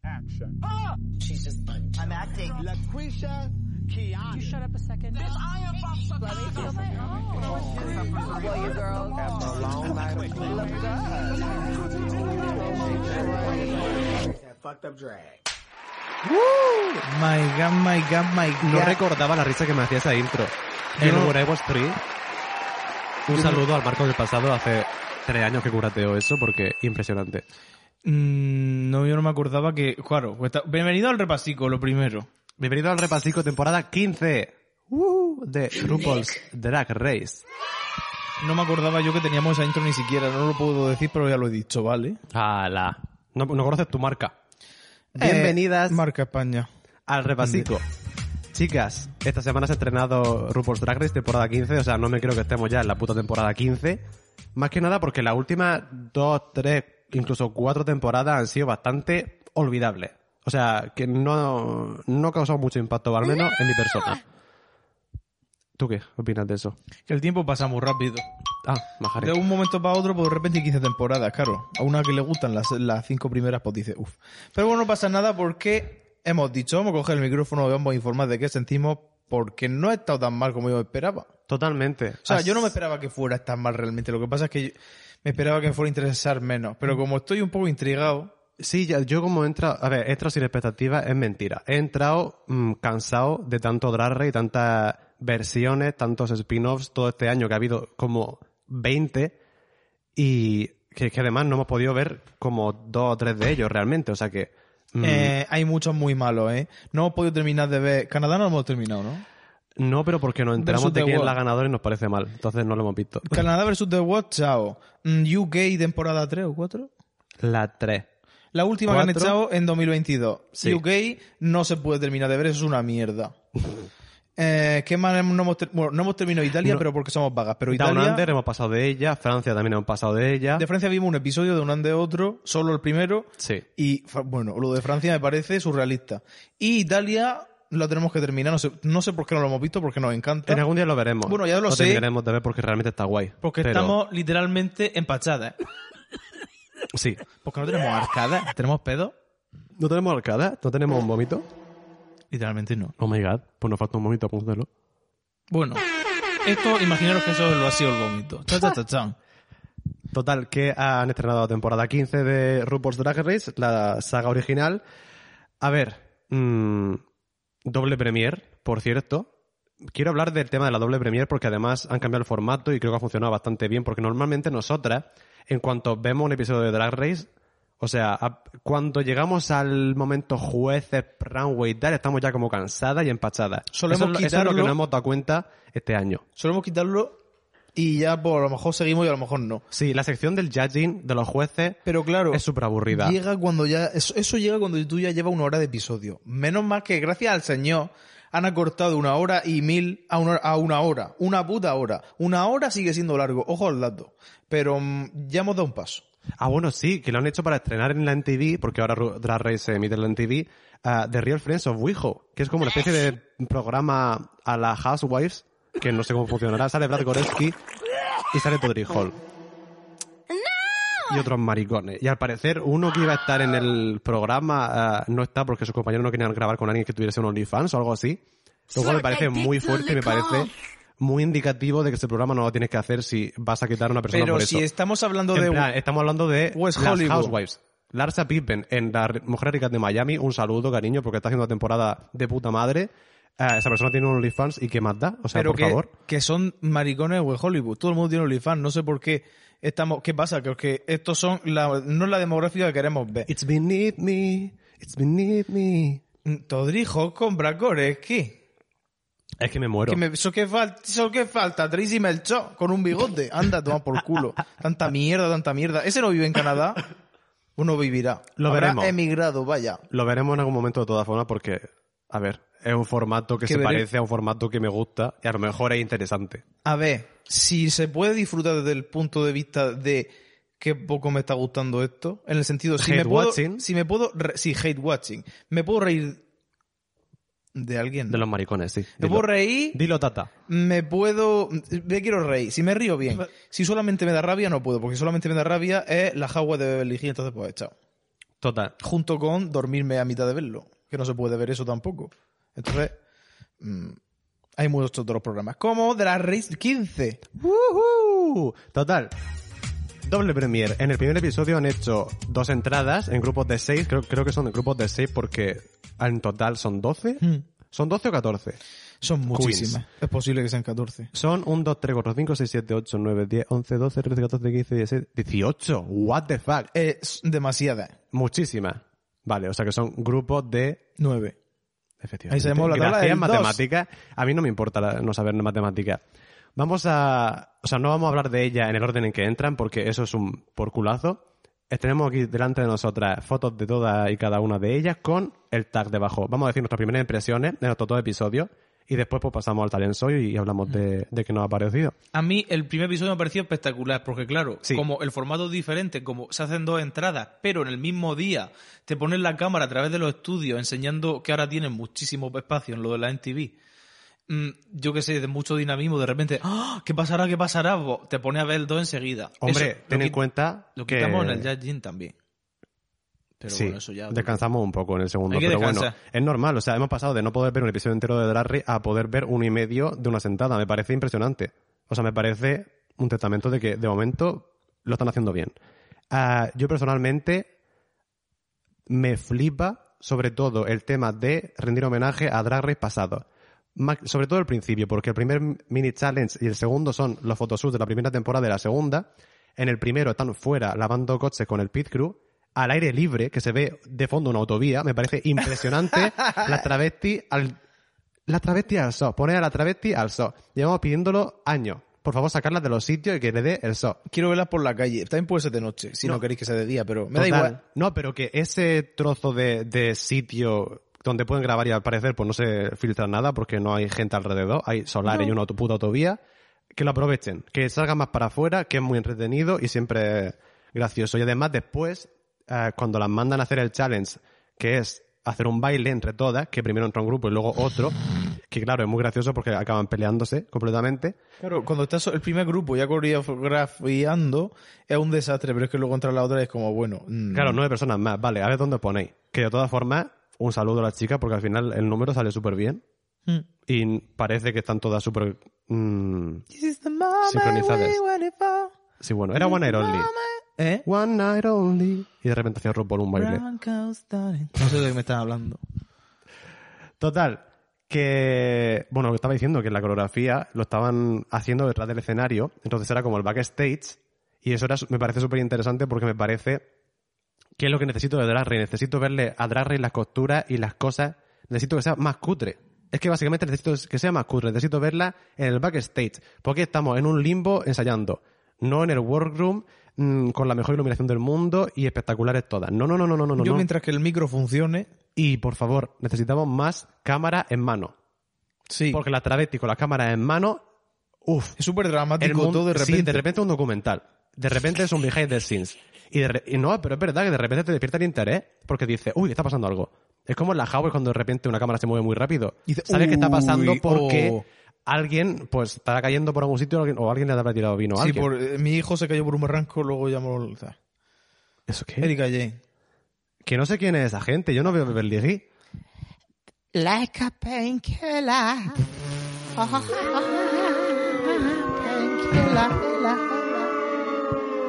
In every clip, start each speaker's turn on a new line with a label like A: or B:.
A: Quisha.
B: Ah!
C: She's just un-
B: I'm acting.
A: LaQuisha
D: Could
A: Kiani.
D: you shut up a second?
B: Bitch, I am from Chicago.
E: Well, you girls.
A: After a long night of sleep.
C: that fucked up drag.
F: My God, my God, my God.
G: No recordaba la risa que me hacía esa intro. En
F: no-
G: Whatever Street. Un saludo al Marcos del pasado hace tres años que curateó eso porque impresionante.
F: Mm, no, yo no me acordaba que... Claro, pues está- bienvenido al repasico, lo primero.
G: Bienvenido al repasico temporada 15 uh, de RuPaul's Drag Race.
F: No me acordaba yo que teníamos esa intro ni siquiera, no lo puedo decir, pero ya lo he dicho, ¿vale?
G: ¡Hala! No, no conoces tu marca. Bienvenidas
F: Eh, marca España.
G: al repasico. Chicas, esta semana se ha estrenado RuPaul's Drag Race temporada 15, o sea, no me creo que estemos ya en la puta temporada 15. Más que nada porque las últimas dos, tres, incluso cuatro temporadas han sido bastante olvidables. O sea, que no, no ha causado mucho impacto, al menos en mi persona. ¿Tú qué opinas de eso?
F: Que el tiempo pasa muy rápido.
G: Ah,
F: De
G: Majaré.
F: un momento para otro, pues de repente hay 15 temporadas, claro. A una que le gustan las, las cinco primeras, pues dice, uff. Pero bueno, no pasa nada porque hemos dicho, vamos a coger el micrófono y vamos a informar de qué sentimos porque no ha estado tan mal como yo esperaba.
G: Totalmente.
F: O sea, yo no me esperaba que fuera tan mal realmente. Lo que pasa es que yo- me esperaba que me fuera a interesar menos. Pero como estoy un poco intrigado,
G: Sí, ya- yo como he entrado, a ver, he entrado sin expectativas, es mentira. He entrado mm, cansado de tanto drag race, tantas versiones, tantos spin-offs todo este año que ha habido como 20 y que, que además no hemos podido ver como dos o tres de ellos realmente, o sea que... mm,
F: eh, hay muchos muy malos, ¿eh? No hemos podido terminar de ver... Canadá no lo hemos terminado, ¿no?
G: no, pero porque nos enteramos
F: versus
G: de
F: The
G: quién es la
F: World.
G: ganadora y nos parece mal, entonces no lo hemos visto.
F: Canadá versus The Watch, chao. Mm, UK temporada 3 o 4.
G: La 3.
F: La última que han
G: Cuatro.
F: echado en 2022.
G: Sí.
F: UK no se puede terminar de ver, eso es una mierda. Eh, ¿Qué más no hemos, ter- bueno, no hemos terminado Italia,
G: No.
F: pero porque somos vagas. Pero
G: Down
F: Italia...
G: Under hemos pasado de ella, Francia también hemos pasado de ella.
F: De Francia vimos un episodio de un ande otro, solo el primero,
G: Sí.
F: Y fa- bueno, lo de Francia me parece surrealista. Y Italia la tenemos que terminar. No sé, no sé por qué no lo hemos visto, porque nos encanta.
G: En algún día lo veremos.
F: Bueno, ya lo sé.
G: terminaremos de ver porque realmente está guay.
F: Porque
G: Pero-
F: estamos literalmente empachadas. ¿eh?
G: Sí.
F: Porque no tenemos arcada, tenemos pedo.
G: ¿No tenemos arcada? ¿No tenemos un vómito?
F: Literalmente no.
G: Oh my god, pues nos falta un vómito, apúntalo.
F: Bueno, esto imaginaros que eso lo ha sido el vómito. Cha, cha, cha, cha.
G: Total, que han estrenado la temporada 15 de RuPaul's Drag Race, la saga original. A ver, mm, doble premier, por cierto. Quiero hablar del tema de la doble premier porque además han cambiado el formato y creo que ha funcionado bastante bien porque normalmente nosotras, en cuanto vemos un episodio de Drag Race, o sea, a- cuando llegamos al momento jueces, runway y tal, estamos ya como cansadas y empachadas.
F: Solemos
G: eso, es lo- eso es lo que
F: quitarlo.
G: nos hemos dado cuenta este año.
F: Solemos quitarlo y ya por a lo mejor seguimos y a lo mejor no.
G: Sí, la sección del judging, de los jueces,
F: Pero claro,
G: es súper aburrida.
F: llega cuando ya eso, eso llega cuando tú ya llevas una hora de episodio menos mal que gracias al señor han acortado una hora y mil a una, a una hora una puta hora una hora sigue siendo largo ojo al dato pero mm, ya hemos dado un paso
G: Ah, bueno, sí, que lo han hecho para estrenar en la NTV, porque ahora Ru- Drag Race se emite en la NTV, ah, The Real Friends of Wijo, que es como una especie de programa a la Housewives, que no sé cómo funcionará. Sale Brad Goreski y sale Todrick Hall. Y otros maricones. Y al parecer, uno que iba a estar en el programa ah, no está porque sus compañeros no querían grabar con alguien que tuviese un OnlyFans o algo así. Lo cual me parece muy fuerte y me parece muy indicativo de que ese programa no lo tienes que hacer si vas a quitar a una persona
F: pero
G: Pues por
F: si
G: eso.
F: estamos hablando
G: En
F: de
G: plan, estamos hablando de
F: West
G: las
F: Hollywood.
G: Housewives. Larsa Pippen en Las Mujeres Ricas de Miami. Un saludo, cariño, porque está haciendo una temporada de puta madre. Eh, esa persona tiene un OnlyFans y qué más da. O sea,
F: pero
G: por
F: que,
G: favor.
F: que son maricones de Hollywood todo el mundo tiene OnlyFans no sé por qué estamos qué pasa creo que estos son la, no es la demográfica que queremos ver
G: It's beneath me. It's beneath me.
F: Todrijo con Brad Goreski
G: Es que me muero.
F: Que me- eso que falta, eso que falta, Tracy Melchor con un bigote. Anda, toma por culo. Tanta mierda, tanta mierda. Ese no vive en Canadá. Uno vivirá.
G: Lo
F: Habrá
G: veremos.
F: emigrado, vaya.
G: Lo veremos en algún momento de todas formas porque, a ver, es un formato que
F: Que
G: se
F: veré.
G: parece a un formato que me gusta y a lo mejor es interesante.
F: A ver, si se puede disfrutar desde el punto de vista de qué poco me está gustando esto, en el sentido, si
G: Hate
F: me puedo,
G: watching.
F: si me puedo, re- sí, hate watching, me puedo reír de alguien.
G: De los maricones, sí.
F: me
G: Dilo.
F: puedo reír,
G: Dilo, tata.
F: me puedo, me quiero reír, si me río bien. Si solamente me da rabia, no puedo, porque si solamente me da rabia es la jagua de Beverly Hills, entonces pues chao.
G: Total.
F: junto con dormirme a mitad de verlo, que no se puede ver eso tampoco. Entonces, mm, hay muchos otros programas, como Drag Race 15.
G: ¡Wujú! Total. Doble premier. En el primer episodio han hecho dos entradas en grupos de seis. Creo, creo que son en grupos de seis porque en total son 12.
F: Mm,
G: ¿Son 12 o 14?
F: Son muchísimas. Es posible que sean 14.
G: Son 1, 2, 3, 4, 5, 6, 7, 8, 9, 10, 11, 12, 13, 14, 15, 16, 18. What the fuck. Eh,
F: Es demasiada.
G: muchísimas. Vale, o sea que son grupos de...
F: 9.
G: Efectivamente.
F: Ahí sabemos la tabla
G: Gracias,
F: del dos.
G: matemática. A mí no me importa la- no saber matemática. Vamos a... O sea, no vamos a hablar de ella en el orden en que entran porque eso es un por culazo. Eh, Tenemos aquí delante de nosotras fotos de todas y cada una de ellas con el tag debajo. Vamos a decir nuestras primeras impresiones de nuestros dos episodios y después pues pasamos al talent show y hablamos de, de qué nos ha parecido.
F: A mí el primer episodio me pareció espectacular, porque claro,
G: Sí.
F: como el formato es diferente, como se hacen dos entradas, pero en el mismo día te ponen la cámara a través de los estudios enseñando que ahora tienen muchísimo espacio en lo de la NTV. Mm, yo qué sé, de mucho dinamismo, de repente, ¡Ah! ¿qué pasará? ¿Qué pasará? Bo- Te pone a ver el dos enseguida.
G: Hombre,
F: Eso lo
G: ten en
F: qui-
G: cuenta
F: Lo
G: que...
F: quitamos en el Jazz Gym también. Pero
G: sí,
F: bueno, eso ya...
G: descansamos un poco en el segundo.
F: Hay que
G: pero bueno,
F: descansar.
G: es normal. O sea, hemos pasado de no poder ver un episodio entero de Drag Race a poder ver uno y medio de una sentada. Me parece impresionante. O sea, me parece un testamento de que, de momento, lo están haciendo bien. Ah, yo personalmente me flipa sobre todo el tema de rendir homenaje a Drag Race pasado. Más- Sobre todo el principio, porque el primer mini challenge y el segundo son los photoshoots de la primera temporada y la segunda. En el primero están fuera lavando coches con el pit crew. Al aire libre, que se ve de fondo una autovía, me parece impresionante. la travesti al... La travesti al sol. Poner a la travesti al sol. Llevamos pidiéndolo años. Por favor, sacarlas de los sitios y que le dé el sol.
F: Quiero verlas por la calle. También puede ser de noche, si no, queréis que sea de día, pero me da
G: Total.
F: igual.
G: No, pero que ese trozo de, de sitio donde pueden grabar y al parecer pues no se filtra nada porque no hay gente alrededor, hay solares y una auto- puta autovía, que lo aprovechen, que salgan más para afuera, que es muy entretenido y siempre es gracioso. Y además después, eh, cuando las mandan a hacer el challenge, que es hacer un baile entre todas, que primero entra un grupo y luego otro, que claro, es muy gracioso porque acaban peleándose completamente.
F: Claro, cuando estás el primer grupo ya coreografiando es un desastre, pero es que luego entrar la otra es como, bueno, mm,
G: Claro, nueve personas más. Vale, a ver dónde os ponéis. Que de todas formas, un saludo a las chicas porque al final el número sale súper bien.
F: Mm.
G: Y parece que están todas súper... mm, Sincronizadas.
F: sincronizadas.
G: sí, bueno, era One Night Only.
F: ¿Eh?
G: One Night Only. Y de repente hacía por un baile.
F: No sé de qué me estás hablando.
G: Total, que... Bueno, lo que estaba diciendo, que la coreografía lo estaban haciendo detrás del escenario. Entonces era como el backstage. Y eso era, su- me parece súper interesante porque me parece que es lo que necesito de Drag Race. Necesito verle a Drag Race las costuras y las cosas. Necesito que sea más cutre. Es que básicamente necesito que sea más cutre. Necesito verla en el backstage. Porque estamos en un limbo ensayando. No en el workroom mm, con la mejor iluminación del mundo y espectaculares todas. No, no, no, no, no, no.
F: Yo
G: no.
F: mientras que el micro funcione,
G: Y por favor, necesitamos más cámara en mano.
F: sí.
G: Porque la travesti con las cámaras en mano, uff,
F: es súper dramático
G: el mundo-
F: todo de repente.
G: Sí, de repente un documental. De repente es un behind the scenes. Y, de re- y no, pero es verdad que de repente te despierta el interés porque dices, uy, está pasando algo. Es como en la Huawei cuando de repente una cámara se mueve muy rápido.
F: Y dices,
G: Sabes que está pasando
F: "Uy,
G: porque
F: oh".
G: alguien pues estará cayendo por algún sitio o alguien, o alguien le habrá tirado vino a
F: Sí,
G: alguien.
F: por, eh, mi hijo se cayó por un barranco, luego llamó... o sea,
G: ¿Eso qué?
F: Erika Jane.
G: Que no sé quién es esa gente. Yo no veo Beverly Hills.
E: Like a painkiller.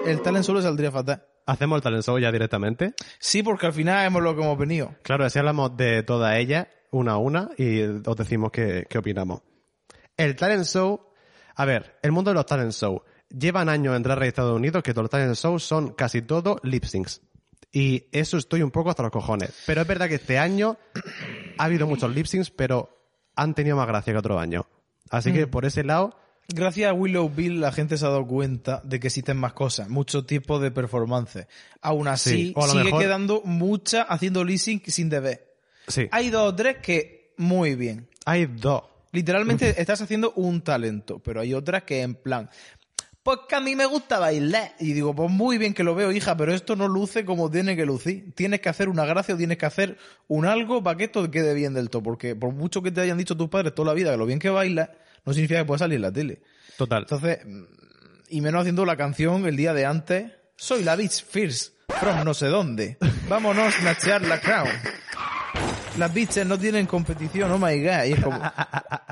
F: El talent solo saldría fatal.
G: Hacemos el talent show ya directamente.
F: Sí, porque al final hemos lo que hemos venido.
G: Claro, así hablamos de todas ellas, una a una, y os decimos qué, qué opinamos. El talent show, a ver, el mundo de los talent show. Llevan años en Drag Race Estados Unidos que los talent show son casi todo lip syncs. Y eso estoy un poco hasta los cojones. Pero es verdad que este año ha habido muchos lip syncs, pero han tenido más gracia que otro año. Así que por ese lado,
F: Gracias a Willow Bill la gente se ha dado cuenta de que existen más cosas, muchos tipos de performances. Aún así,
G: Sí, o a lo
F: sigue
G: mejor-
F: quedando mucha haciendo leasing sin deber.
G: sí, hay,
F: Hay dos o tres que muy bien.
G: dos.
F: Literalmente estás haciendo un talento, pero hay otras que en plan, pues que a mí me gusta bailar. Y digo, pues muy bien que lo veo, hija, pero esto no luce como tiene que lucir. Tienes que hacer una gracia o tienes que hacer un algo para que esto quede bien del todo. Porque por mucho que te hayan dicho tus padres toda la vida que lo bien que bailas, no significa que puedas salir en la tele.
G: Total.
F: Entonces, mm, y menos haciendo la canción el día de antes. Soy la bitch first, from no sé dónde. Vámonos a nachear la crown. Las bitches no tienen competición, oh my god. Y es como,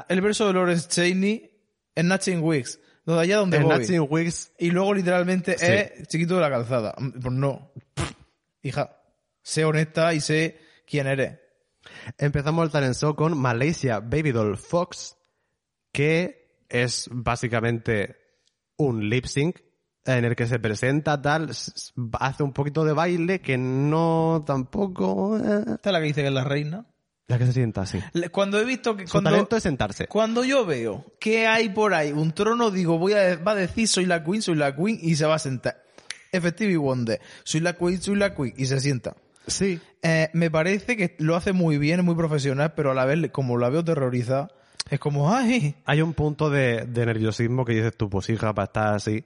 F: el verso de Lawrence Cheney en Natching Weeks, donde allá donde
G: El
F: voy.
G: Natching Wicks,
F: Y luego literalmente
G: Sí.
F: es chiquito de la calzada. Mm, Pues no. Hija, sé honesta y sé quién eres.
G: empezamos el talent show con Malaysia Baby Doll Fox, que es básicamente un lip sync en el que se presenta tal, s- s- hace un poquito de baile que no tampoco... eh.
F: Esta es la que dice que es la reina.
G: La que se sienta así.
F: Le- Cuando he visto que
G: Su
F: cuando,
G: talento es sentarse.
F: cuando yo veo que hay por ahí un trono, digo, voy a, va a decir soy la queen, soy la queen y se va a sentar. Effective y Wonder, soy la queen, soy la queen y se sienta.
G: Sí.
F: Eh, me parece que lo hace muy bien, es muy profesional, pero a la vez, como la veo terrorizada, es como, ay,
G: Hay un punto de, de nerviosismo que dices tú, pues hija, para estar así,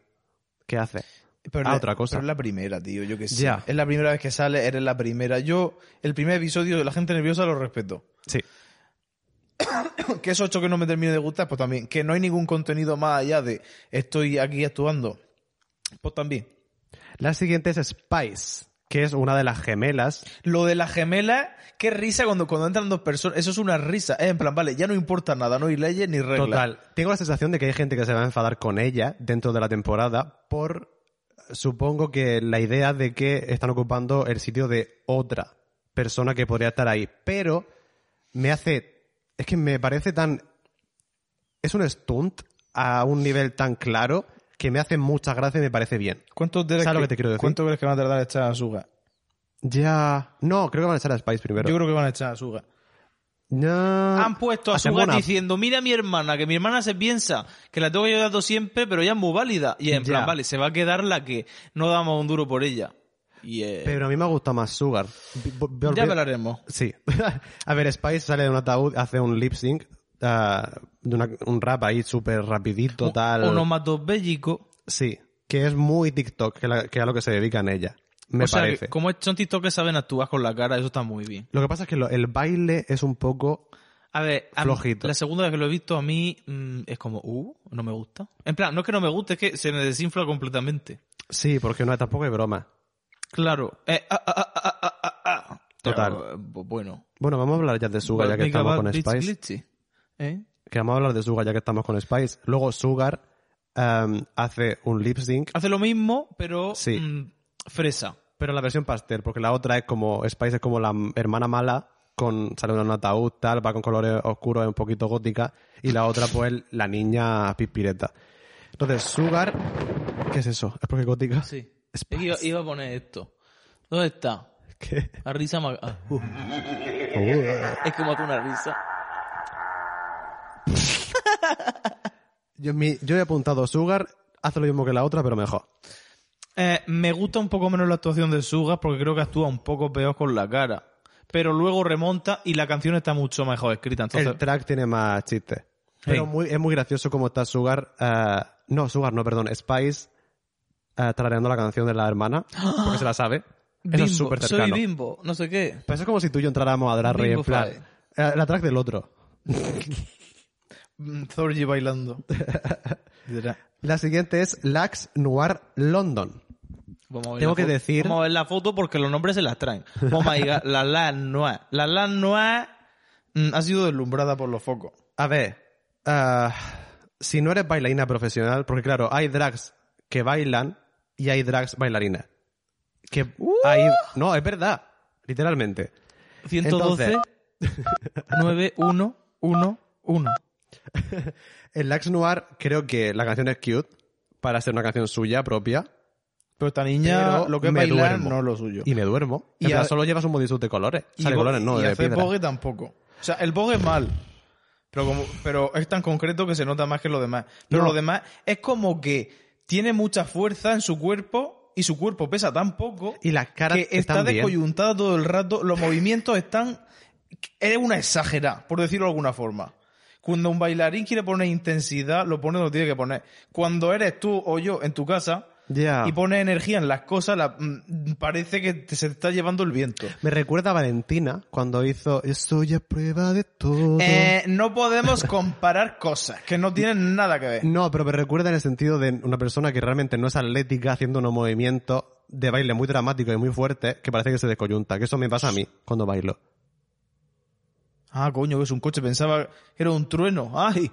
G: ¿qué haces?
F: Pero
G: Ah,
F: la-
G: otra cosa.
F: Pero es la primera, tío, yo que sé.
G: Ya.
F: Es la primera vez que sale, eres la primera. Yo, el primer episodio, la gente nerviosa lo respeto.
G: Sí.
F: Que es ocho que no me termine de gustar, pues también. Que no hay ningún contenido más allá de estoy aquí actuando, pues también.
G: La siguiente es Spice, que es una de las gemelas.
F: Lo de la gemela, qué risa cuando, cuando entran dos personas. Eso es una risa. Es en plan, vale, ya no importa nada, no hay leyes ni reglas.
G: Total. Tengo la sensación de que hay gente que se va a enfadar con ella dentro de la temporada por, supongo que la idea de que están ocupando el sitio de otra persona que podría estar ahí. Pero me hace, es que me parece tan, es un stunt a un nivel tan claro que me hace mucha gracia y me parece bien.
F: ¿Cuánto crees,
G: ¿Sabes lo que te quiero decir?
F: ¿Cuánto crees que van a tardar en echar a Suga?
G: Ya. No, creo que van a echar a Spice primero.
F: Yo creo que van a echar a Suga.
G: No.
F: Han puesto a
G: Hacen
F: Suga
G: buena-
F: diciendo, mira a mi hermana, que mi hermana se piensa que la tengo yo dando siempre, pero ella es muy válida. Y en
G: Ya.
F: plan, vale, se va a quedar la que no damos un duro por ella. Y eh,
G: Pero a mí me gusta más Sugar. Vi- vi- vi-
F: ya hablaremos.
G: Sí. a ver, Spice sale de un ataúd, hace un lip sync, ah, de una- un rap ahí súper rapidito, tal.
F: Onomatopéyico.
G: Sí. Que es muy TikTok, que, la- que es a lo que se dedican ella. Me
F: o sea,
G: parece.
F: que como es- son TikTok que saben actuar con la cara, eso está muy bien.
G: Lo que pasa es que lo- el baile es un poco...
F: A ver, a mí-
G: Flojito.
F: la segunda vez que lo he visto a mí mm, es como, uh, no me gusta. En plan, no es que no me guste, es que se me desinfla completamente.
G: Sí, porque no, tampoco hay broma.
F: Claro. Eh, ah, ah, ah, ah, ah, ah.
G: Total.
F: Pero, eh, bueno.
G: Bueno, vamos a hablar ya de Sugar, ya que
F: Venga,
G: estamos
F: va,
G: con
F: glitch,
G: Spice.
F: glitchy. ¿Eh?
G: Que vamos a hablar de Sugar, ya que estamos con Spice. Luego Sugar em, hace un lip sync
F: Hace lo mismo, pero
G: Sí.
F: mm, fresa.
G: Pero la versión pastel, porque la otra es como Spice es como la m- hermana mala, con sale de un ataúd, tal, va con colores oscuros, es un poquito gótica, y la otra pues la niña pispireta. Entonces, Sugar, ¿qué es eso? ¿Es porque es gótica?
F: Sí.
G: Spice.
F: Iba, iba a poner esto. ¿Dónde está?
G: ¿Qué?
F: La risa ma- ah, uh. Es que mató una risa.
G: Yo, mi- yo he apuntado Sugar, hace lo mismo que la otra, pero mejor.
F: Eh, me gusta un poco menos la actuación de Suga porque creo que actúa un poco peor con la cara. Pero luego remonta y la canción está mucho mejor escrita. Entonces,
G: El track tiene más chistes. Pero
F: Sí.
G: muy, es muy gracioso como está Sugar, eh, no, Sugar, no, perdón, Spice eh, tarareando la canción de la hermana, porque se la sabe. Eso es súper cercano.
F: bimbo, no sé qué.
G: Pues eso es como si tú y yo entráramos a Drag Race
F: Bingo
G: en plan.
F: Friday.
G: eh, La track del otro.
F: Mm, Thorgy bailando.
G: La siguiente es Lax Noir London.
F: Vamos a ver
G: Tengo
F: la
G: que
F: foto.
G: decir-
F: Vamos a ver la foto porque los nombres se las traen. Oh my god, la Lan Noir. La Lan Noir mm, ha sido deslumbrada por los focos.
G: A ver, ah, si no eres bailarina profesional, porque claro, hay drags que bailan y hay drags bailarinas. Que
F: ¡Uh!
G: hay. No, es verdad. Literalmente.
F: 112
G: Entonces-
F: 9 1 1 1.
G: El Lax Noir, creo que la canción es cute para ser una canción suya propia.
F: Pero esta niña
G: Pero
F: lo que es
G: me
F: bailar
G: duermo.
F: no es lo suyo.
G: Y me duermo. Y
F: Y
G: en plan,
F: a-
G: solo llevas un bodysuit de colores. O sea, de
F: bo-
G: colores, no,
F: y
G: de
F: hacer
G: piedra.
F: bogue tampoco. O sea, el bogue es mal. Pero, como, pero es tan concreto que se nota más que lo demás. Pero
G: No.
F: lo demás es como que tiene mucha fuerza en su cuerpo y su cuerpo pesa tan poco
G: Y las caras
F: que está
G: están bien.
F: descoyuntada todo el rato. Los movimientos están. Es una exagerada, por decirlo de alguna forma. Cuando un bailarín quiere poner intensidad, lo pone donde tiene que poner. Cuando eres tú o yo en tu casa
G: Ya.
F: y pones energía en las cosas, la- mm, parece que te- se te está llevando el viento.
G: Me recuerda a Valentina cuando hizo Yo soy a prueba de todo.
F: Eh, no podemos comparar cosas que no tienen nada que ver.
G: No, pero me recuerda en el sentido de una persona que realmente no es atlética haciendo unos movimientos de baile muy dramático y muy fuerte que parece que se descoyunta. Que eso me pasa a mí cuando bailo.
F: Ah, coño, que es un coche. Pensaba que era un trueno. ¡Ay!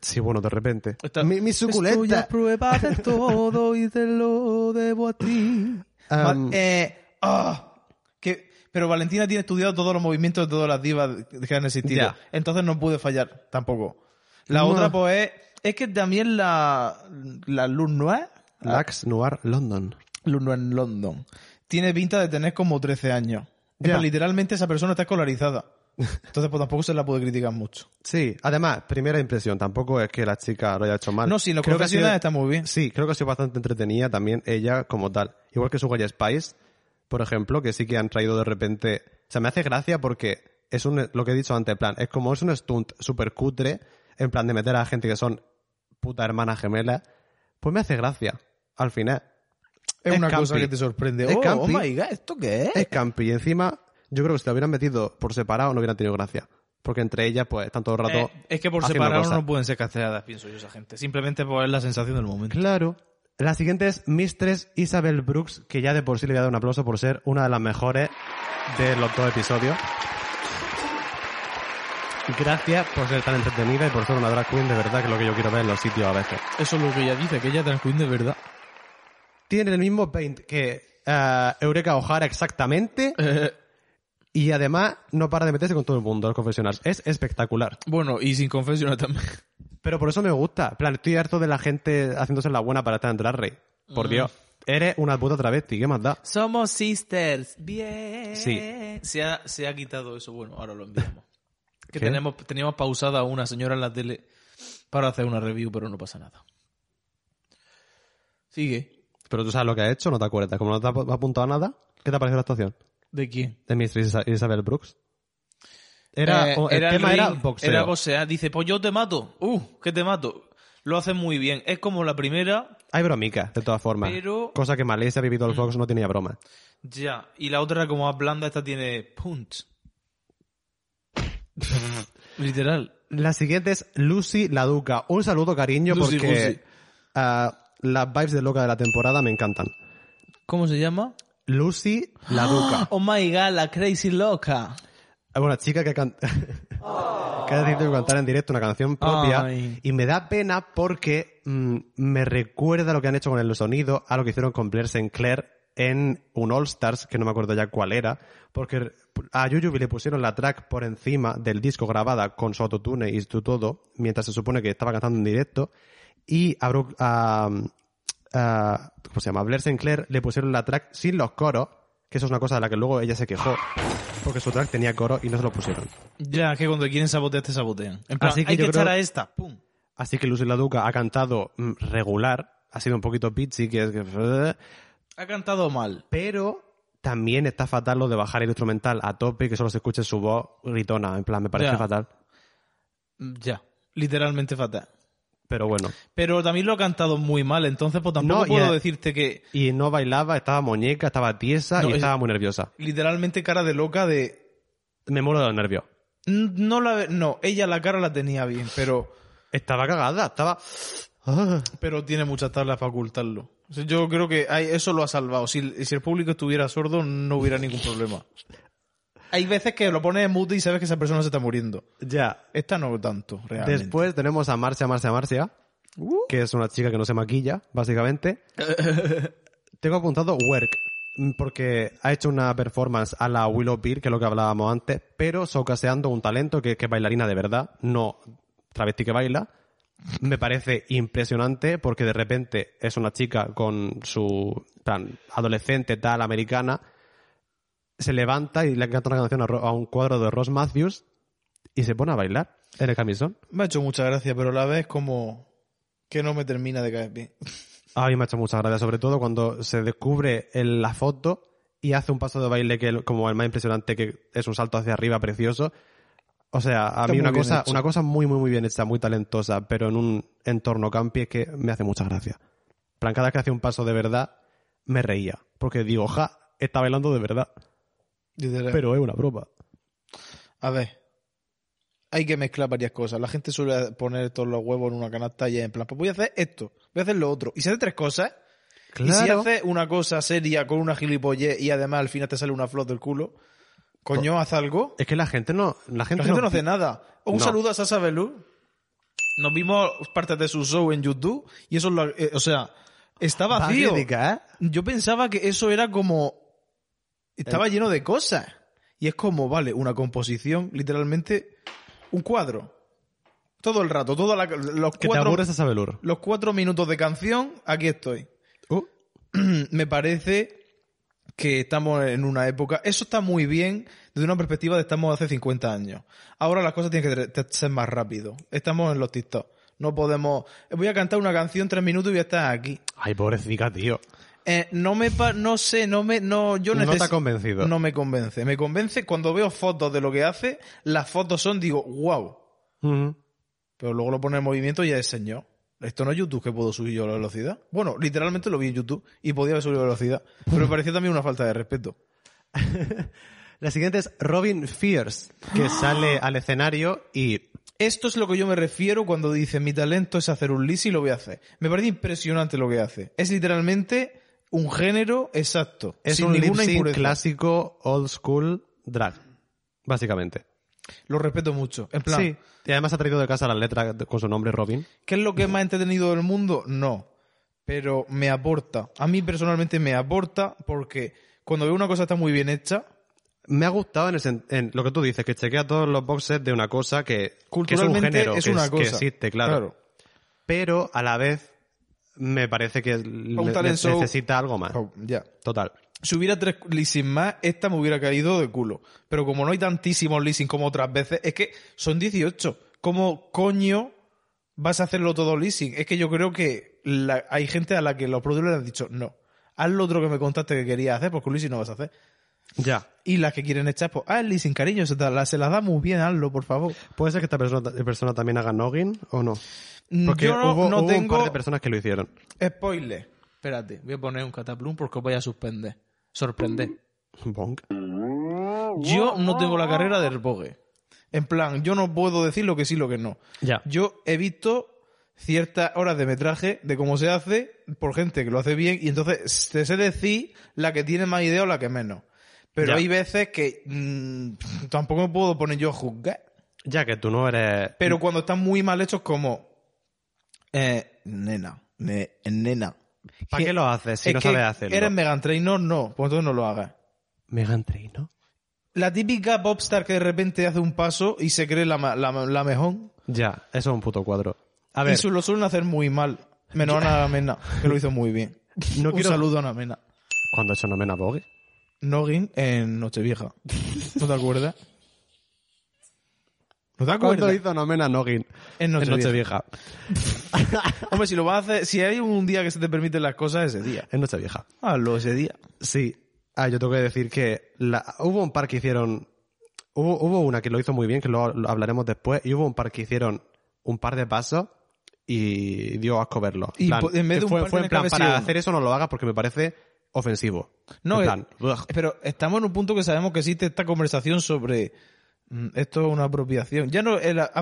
G: Sí, bueno, de repente.
F: Esta-
G: Mi, mi
F: Estoy
G: suculenta.
F: a prueba de todo y te lo debo a ti. Va-
G: Um,
F: eh, ah, que, pero Valentina tiene estudiado todos los movimientos de todas las divas que han existido.
G: Ya.
F: Entonces no pude fallar tampoco. La
G: No.
F: otra, pues, es, es que también la, la Luz Noir,
G: Lax Noir London.
F: Luz Noir en London, tiene pinta de tener como 13 años.
G: Ya.
F: Pero literalmente esa persona está escolarizada. Entonces, pues tampoco se la puede criticar mucho.
G: Sí, además, primera impresión, tampoco es que la chica lo haya hecho mal.
F: No, si lo
G: Creo que ha sido-
F: profesional está muy bien.
G: Sí, creo que ha sido bastante entretenida también ella como tal. Igual que su Guaya Spice, por ejemplo, que sí que han traído de repente. O sea, me hace gracia porque es un, lo que he dicho antes, en plan, es como es un stunt súper cutre, en plan de meter a gente que son puta hermana gemela. Pues me hace gracia, al final.
F: Es,
G: Es
F: una cosa
G: campi.
F: que te sorprende.
G: Es
F: Oh, oh
G: campi.
F: my god, ¿esto qué es?
G: Es campi y encima, yo creo que si la hubieran metido por separado no hubieran tenido gracia. Porque entre ellas, pues, están todo el rato.
F: Eh, es que por
G: haciendo
F: separado
G: cosas.
F: no pueden ser castelladas, pienso yo, esa gente. Simplemente por la sensación del momento.
G: Claro. La siguiente es Mistress Isabel Brooks, que ya de por sí le voy a dar un aplauso por ser una de las mejores de los dos episodios. Gracias por ser tan entretenida y por ser una drag queen de verdad, que es lo que yo quiero ver en los sitios a veces.
F: Eso es lo que ella dice, que ella drag queen de verdad.
G: Tiene el mismo paint que eh, Eureka O'Hara exactamente
F: Eh,
G: y además no para de meterse con todo el mundo, los confesionales. Es espectacular.
F: bueno, y sin confesionar también.
G: Pero por eso me gusta. En plan, estoy harto de la gente haciéndose la buena para estar en drag race. Por
F: Mm.
G: Dios. Eres una puta travesti, ¿qué más da?
F: Somos sisters. Bien.
G: Sí.
F: Se ha, se ha quitado eso. Bueno, ahora lo enviamos. que
G: ¿Qué?
F: tenemos, teníamos pausada a una señora en la tele para hacer una review, pero no pasa nada. Sigue.
G: Pero tú sabes lo que ha hecho, no te acuerdas. Como no te ha apuntado a nada, ¿qué te ha parecido la actuación?
F: ¿De quién?
G: De Mistress Isa- Isabel Brooks. Era,
F: Eh,
G: o- el tema
F: ring,
G: era boxeo.
F: era boxear. Dice, pues yo te mato. Uh, que te mato. Lo hacen muy bien. Es como la primera,
G: Hay bromica, de todas formas.
F: Pero-
G: Cosa que Malaysia vivido el Fox no tenía broma.
F: ya. Y la otra era como más blanda, esta tiene punch. Literal.
G: La siguiente es Lucy la Duca. Un saludo, cariño,
F: Lucy,
G: porque
F: Lucy.
G: ah, las vibes de loca de la temporada me encantan.
F: ¿Cómo se llama?
G: Lucy la Duca.
F: Oh my god, la crazy loca.
G: Es una Ah, chica que canta. que ha decidido cantar en directo una canción propia.
F: Ay.
G: Y me da pena porque mm, me recuerda lo que han hecho con el sonido a lo que hicieron con Blair Sinclair en un All Stars, que no me acuerdo ya cuál era. Porque a Yuyubi le pusieron la track por encima del disco grabada con su autotune y su todo, mientras se supone que estaba cantando en directo. Y a, Brooke- a, a- ¿cómo se llama? A Blair Sinclair le pusieron la track sin los coros, que eso es una cosa de la que luego ella se quejó, porque su track tenía coro y no se lo pusieron.
F: Ya, que cuando quieren sabotear, te sabotean. En plan,
G: Así que
F: hay que
G: yo creo-
F: echar a esta. Pum.
G: Así que Lucy La Duca ha cantado mm, regular, ha sido un poquito pitchy, que es que...
F: Ha cantado mal.
G: Pero también está fatal lo de bajar el instrumental a tope y que solo se escuche su voz gritona, en plan, me parece
F: Ya.
G: fatal. Mm,
F: Ya. Literalmente fatal.
G: Pero bueno.
F: Pero también lo ha cantado muy mal, entonces pues tampoco
G: No, y
F: puedo
G: a-
F: decirte que
G: Y no bailaba, estaba muñeca, estaba tiesa
F: No,
G: y
F: es-
G: estaba muy nerviosa.
F: literalmente cara de loca de
G: Me muero de los nervios.
F: N- No la no, ella la cara la tenía bien, pero
G: Estaba cagada, estaba... Ah.
F: pero tiene muchas tablas para ocultarlo. O sea, Yo creo que hay- eso lo ha salvado. Si, si el público estuviera sordo, no hubiera ningún problema. Hay veces que lo pones en mute y sabes que esa persona se está muriendo.
G: Ya,
F: Esta no tanto, realmente.
G: Después tenemos a Marcia, Marcia, Marcia, que es una chica que no se maquilla, básicamente. Tengo apuntado Work, mm, porque ha hecho una performance a la Willow Beer, que es lo que hablábamos antes, pero socaseando un talento que, que es bailarina de verdad, no travesti que baila. Me parece impresionante porque de repente es una chica con su plan adolescente tal americana, se levanta y le canta una canción a Ro- a un cuadro de Ross Matthews y se pone a bailar en el camisón.
F: Me ha hecho mucha gracia, pero a la vez como que no me termina de caer bien.
G: A mí me ha hecho mucha gracia, sobre todo cuando se descubre en la foto y hace un paso de baile que el- como el más impresionante, que es un salto hacia arriba precioso. O sea,
F: Está
G: a mí
F: muy
G: una
F: bien
G: cosa,
F: hecho.
G: una cosa muy, muy, muy bien hecha, muy talentosa, pero en un entorno campi es que me hace mucha gracia. En plan, cada vez que hacía un paso de verdad, me reía. Porque digo, ja, está bailando de verdad,
F: Literal.
G: pero es una broma.
F: A ver. Hay que mezclar varias cosas. La gente suele poner todos los huevos en una canasta y es en plan, pues voy a hacer esto, voy a hacer lo otro. Y se hace tres cosas Y si
G: Claro.
F: haces una cosa seria con una gilipollez y además al final te sale una flor del culo, coño, haz algo.
G: Es que la gente Eh, no. La gente,
F: La gente no hace nada. Un
G: No.
F: saludo a Sasa Belú. Nos vimos partes de su show en YouTube y eso, es lo- eh, o sea, está
G: Va
F: vacío.
G: crítica, ¿eh?
F: Yo pensaba que eso era como... Estaba
G: Eh.
F: lleno de cosas. Y es como, vale, una composición, literalmente, un cuadro. Todo el rato, todos los,
G: Que te
F: cuatro-
G: aburres a Sabelur.
F: los cuatro minutos de canción, aquí estoy.
G: Oh.
F: Me parece que estamos en una época... Eso está muy bien desde una perspectiva de estamos hace 50 años. Ahora las cosas tienen que tre- ser más rápido. Estamos en los TikTok. No podemos... Voy a cantar una canción tres minutos y voy a estar aquí.
G: Ay, pobrecita, tío.
F: Eh, no me pa- no sé, no me no yo
G: No te
F: neces-
G: ha convencido.
F: No me convence. Me convence cuando veo fotos de lo que hace, las fotos son digo, wow,
G: Ujú.
F: pero luego lo pone en movimiento y ya es señor. Esto no es YouTube que puedo subir yo la velocidad. Bueno, literalmente lo vi en YouTube y podía haber subido la velocidad, pero me pareció también una falta de respeto.
G: La siguiente es Robin Fierce, que sale al escenario y
F: Esto es lo que yo me refiero cuando dice mi talento es hacer un lisi y lo voy a hacer. Me parece impresionante lo que hace. Es literalmente un género exacto,
G: es
F: sin
G: un lip
F: ninguna
G: sync
F: impureza.
G: clásico old school drag, básicamente.
F: Lo respeto mucho. En plan,
G: Sí. Y además ha traído de casa la letra con su nombre Robin.
F: ¿Qué es lo que es más entretenido del mundo? No. Pero me aporta. A mí personalmente me aporta porque cuando veo una cosa está muy bien hecha,
G: Me ha gustado en, el sen- en lo que tú dices, que chequea todos los boxes de una cosa que, que es un
F: culturalmente
G: género,
F: es
G: que,
F: una
G: es- que
F: cosa.
G: existe, claro. Pero a la vez me parece que le-
F: un talent
G: ne-
F: show-
G: necesita algo más.
F: Oh, ya.
G: Total.
F: Si hubiera tres leasing más, esta me hubiera caído de culo. Pero como no hay tantísimos leasing como otras veces, es que son 18. ¿Cómo coño vas a hacerlo todo leasing? Es que yo creo que la- hay gente a la que los productores le han dicho, no, haz lo otro que me contaste que querías hacer, porque un leasing no vas a hacer.
G: Ya.
F: Y las que quieren echar, pues, ah, sin cariño, se, te la- se las da muy bien, hazlo, por favor.
G: ¿Puede ser que esta persona, persona también haga noggin o no? Porque
F: Mm, Yo no,
G: hubo,
F: no
G: hubo un
F: tengo
G: par de personas que lo hicieron.
F: spoiler. Espérate, voy a poner un cataplum porque os voy a suspender. Sorprender.
G: Bonk.
F: Yo no tengo la carrera del bogue. En plan, yo no puedo decir lo que sí, lo que no.
G: Ya.
F: Yo he visto ciertas horas de metraje de cómo se hace por gente que lo hace bien y entonces te sé decir la que tiene más idea o la que menos. Pero
G: Ya.
F: hay veces que mm, tampoco me puedo poner yo a juzgar.
G: Ya que tú no eres.
F: Pero cuando están muy mal hechos, como. Eh, nena. ne- nena.
G: ¿Para qué lo haces si
F: Es
G: no
F: que
G: sabes hacerlo?
F: Eres Megan Trainor, no. Pues entonces no lo hagas.
G: Megan Trainor.
F: La típica popstar que de repente hace un paso y se cree la, ma- la, la mejor.
G: Ya, eso es un puto cuadro. A ver,
F: Y su- lo suelen hacer muy mal. Menos a Ana Mena, que lo hizo muy bien.
G: No
F: un
G: quiero-
F: saludo a Ana Mena.
G: cuando ha hecho Nomena Vogue.
F: Noggin en Nochevieja. ¿No te acuerdas? ¿No te
G: ¿Cuándo
F: acuerdas?
G: hizo Nomena Noggin?
F: En
G: En
F: Nochevieja.
G: Nochevieja.
F: Hombre, si lo vas a hacer, si hay un día que se te permiten las cosas, ese día.
G: En Nochevieja.
F: Hazlo ese día.
G: Sí. Ah, yo tengo que decir que la- hubo un par que hicieron. Hubo, hubo una que lo hizo muy bien, que luego lo hablaremos después, y hubo un par que hicieron un par de pasos y dio asco verlo.
F: Y po- en vez
G: que
F: de un
G: fue,
F: par
G: fue
F: tiene que
G: en plan,
F: haber
G: para
F: sido uno.
G: hacer eso no lo hagas porque me parece ofensivo.
F: No,
G: En
F: eh,
G: plan, ugh.
F: Pero estamos en un punto que sabemos que existe esta conversación sobre mm, esto es una apropiación. Ya no,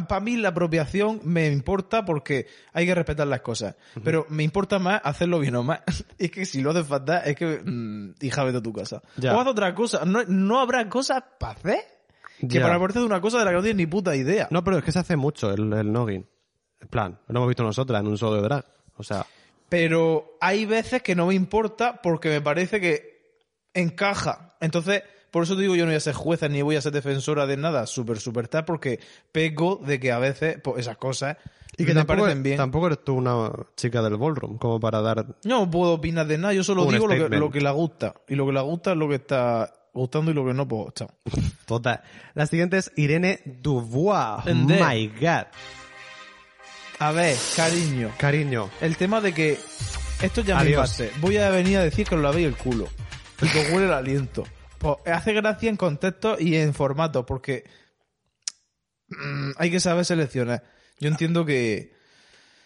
F: para mí la apropiación me importa porque hay que respetar las cosas. Pero me importa más hacerlo bien o más. es que si lo haces fatal, es que, mm, hija, vete a tu casa.
G: Ya.
F: O haz otra cosa. No, no habrá cosas para hacer. Que
G: Ya.
F: para ponerte de una cosa de la que no tienes ni puta idea.
G: No, pero es que se hace mucho el, el noggin. En plan, lo hemos visto nosotras en un solo de drag. O sea,
F: Pero hay veces que no me importa porque me parece que encaja. Entonces, por eso te digo, yo no voy a ser jueza ni voy a ser defensora de nada, súper, súper tal, porque peco de que a veces pues, esas cosas
G: y que
F: me
G: tampoco,
F: parecen bien.
G: tampoco eres tú una chica del ballroom como para dar
F: No puedo opinar de nada, yo solo
G: Un
F: digo lo que,
G: statement.
F: lo que le gusta. Y lo que le gusta es lo que está gustando y lo que no, pues, chao.
G: total. La siguiente es Irene Dubois. Oh
F: Entendé.
G: My God.
F: A ver, cariño,
G: Cariño,
F: el tema de que esto ya me
G: Adiós.
F: pasé. Voy a venir a decir que os lavéis el culo y que os huele el aliento. Pues hace gracia en contexto y en formato, porque mm, hay que saber seleccionar. Yo entiendo que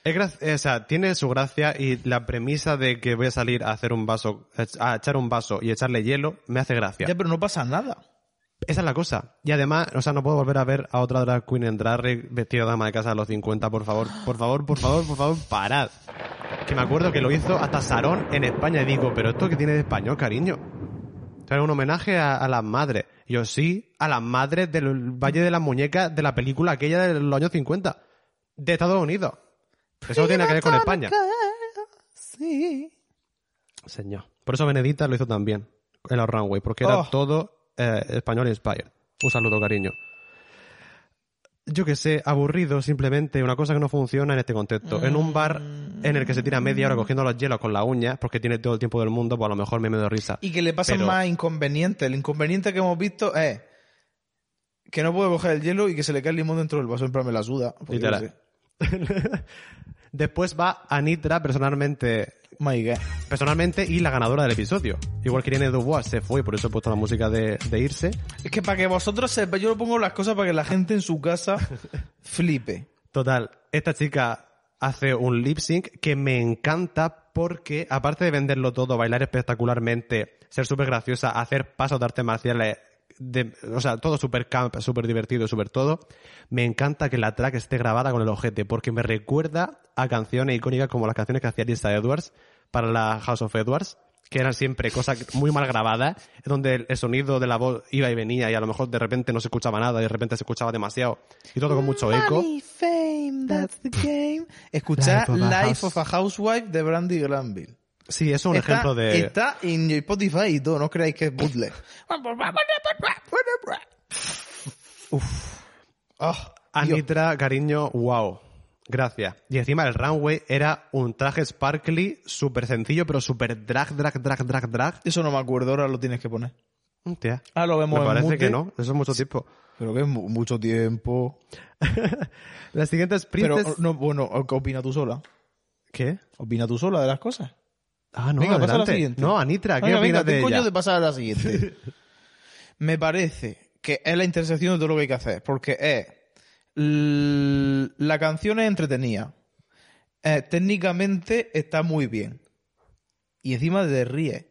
G: Es gra- eh, o sea, tiene su gracia y la premisa de que voy a salir a hacer un vaso, eh, a echar un vaso y echarle hielo, me hace gracia.
F: ya, pero no pasa nada.
G: Esa es la cosa. Y además, o sea, no puedo volver a ver a otra drag queen en drag race vestida de ama de casa a los 50, por favor, por favor, por favor, por favor, parad. que me acuerdo que lo hizo hasta Sarón en España. Y digo, pero esto que tiene de español, cariño. O sea, era un homenaje a, a las madres. Y Yo sí, a las madres del Valle de las Muñecas de la película aquella de los años 50. De Estados Unidos. Eso no tiene que ver con España.
F: Sí.
G: Señor. Por eso Benedita lo hizo también en la runway, porque era
F: Oh.
G: todo eh, español inspired. Un saludo, cariño. Yo que sé, aburrido simplemente, una cosa que no funciona en este contexto. En un bar
F: Mm.
G: en el que se tira media hora cogiendo los hielos con las uñas, porque tiene todo el tiempo del mundo, pues a lo mejor me me doy risa.
F: Y que le pasan
G: Pero-
F: más inconvenientes. El inconveniente que hemos visto es que no puede coger el hielo y que se le cae el limón dentro del vaso. En plan, me la suda. Porque
G: Literal.
F: yo qué sé.
G: Después va a Nitra personalmente,
F: My God.
G: personalmente y la ganadora del episodio. Igual que Irene Dubois se fue, por eso he puesto la música de, de irse.
F: Es que para que vosotros sepáis, yo lo pongo las cosas para que la gente en su casa flipe.
G: Total, esta chica hace un lip sync que me encanta porque, aparte de venderlo todo, bailar espectacularmente, ser súper graciosa, hacer pasos de artes marciales, de- o sea, todo súper camp, súper divertido, súper todo, me encanta que la track esté grabada con el ojete porque me recuerda a canciones icónicas como las canciones que hacía Lisa Edwards para la House of Edwards que eran siempre cosas muy mal grabadas, donde el- el sonido de la voz iba y venía y a lo mejor de repente no se escuchaba nada, y de repente se escuchaba demasiado y todo con mucho eco.
F: Money, fame, that's the game. Escuchar
G: Life of a
F: Life of a Housewife de Brandy Granville.
G: Sí, eso es un
F: está,
G: ejemplo de.
F: Está en Spotify y todo, no creáis que es bootleg. Ah, Dios.
G: Anitra, cariño, wow. Gracias. Y encima el runway era un traje sparkly, súper sencillo, pero súper drag, drag, drag, drag, drag.
F: Eso no me acuerdo, ahora lo tienes que poner.
G: Hostia.
F: Ah, lo vemos
G: Me
F: en
G: parece
F: mute.
G: que no, eso es mucho tiempo.
F: Pero que es mu- mucho tiempo.
G: La siguiente es
F: Pero,
G: Princess.
F: no, bueno, opina tú sola.
G: ¿Qué?
F: Opina tú sola de las cosas.
G: Ah, no,
F: Venga, pasa a la
G: adelante.
F: siguiente.
G: No, Anitra, ¿qué
F: Venga,
G: opinas
F: venga, ten
G: de
F: coño
G: ella?
F: de pasar a la siguiente. Me parece que es la intersección de todo lo que hay que hacer, porque es l- la canción es entretenida, eh, técnicamente está muy bien y encima te ríe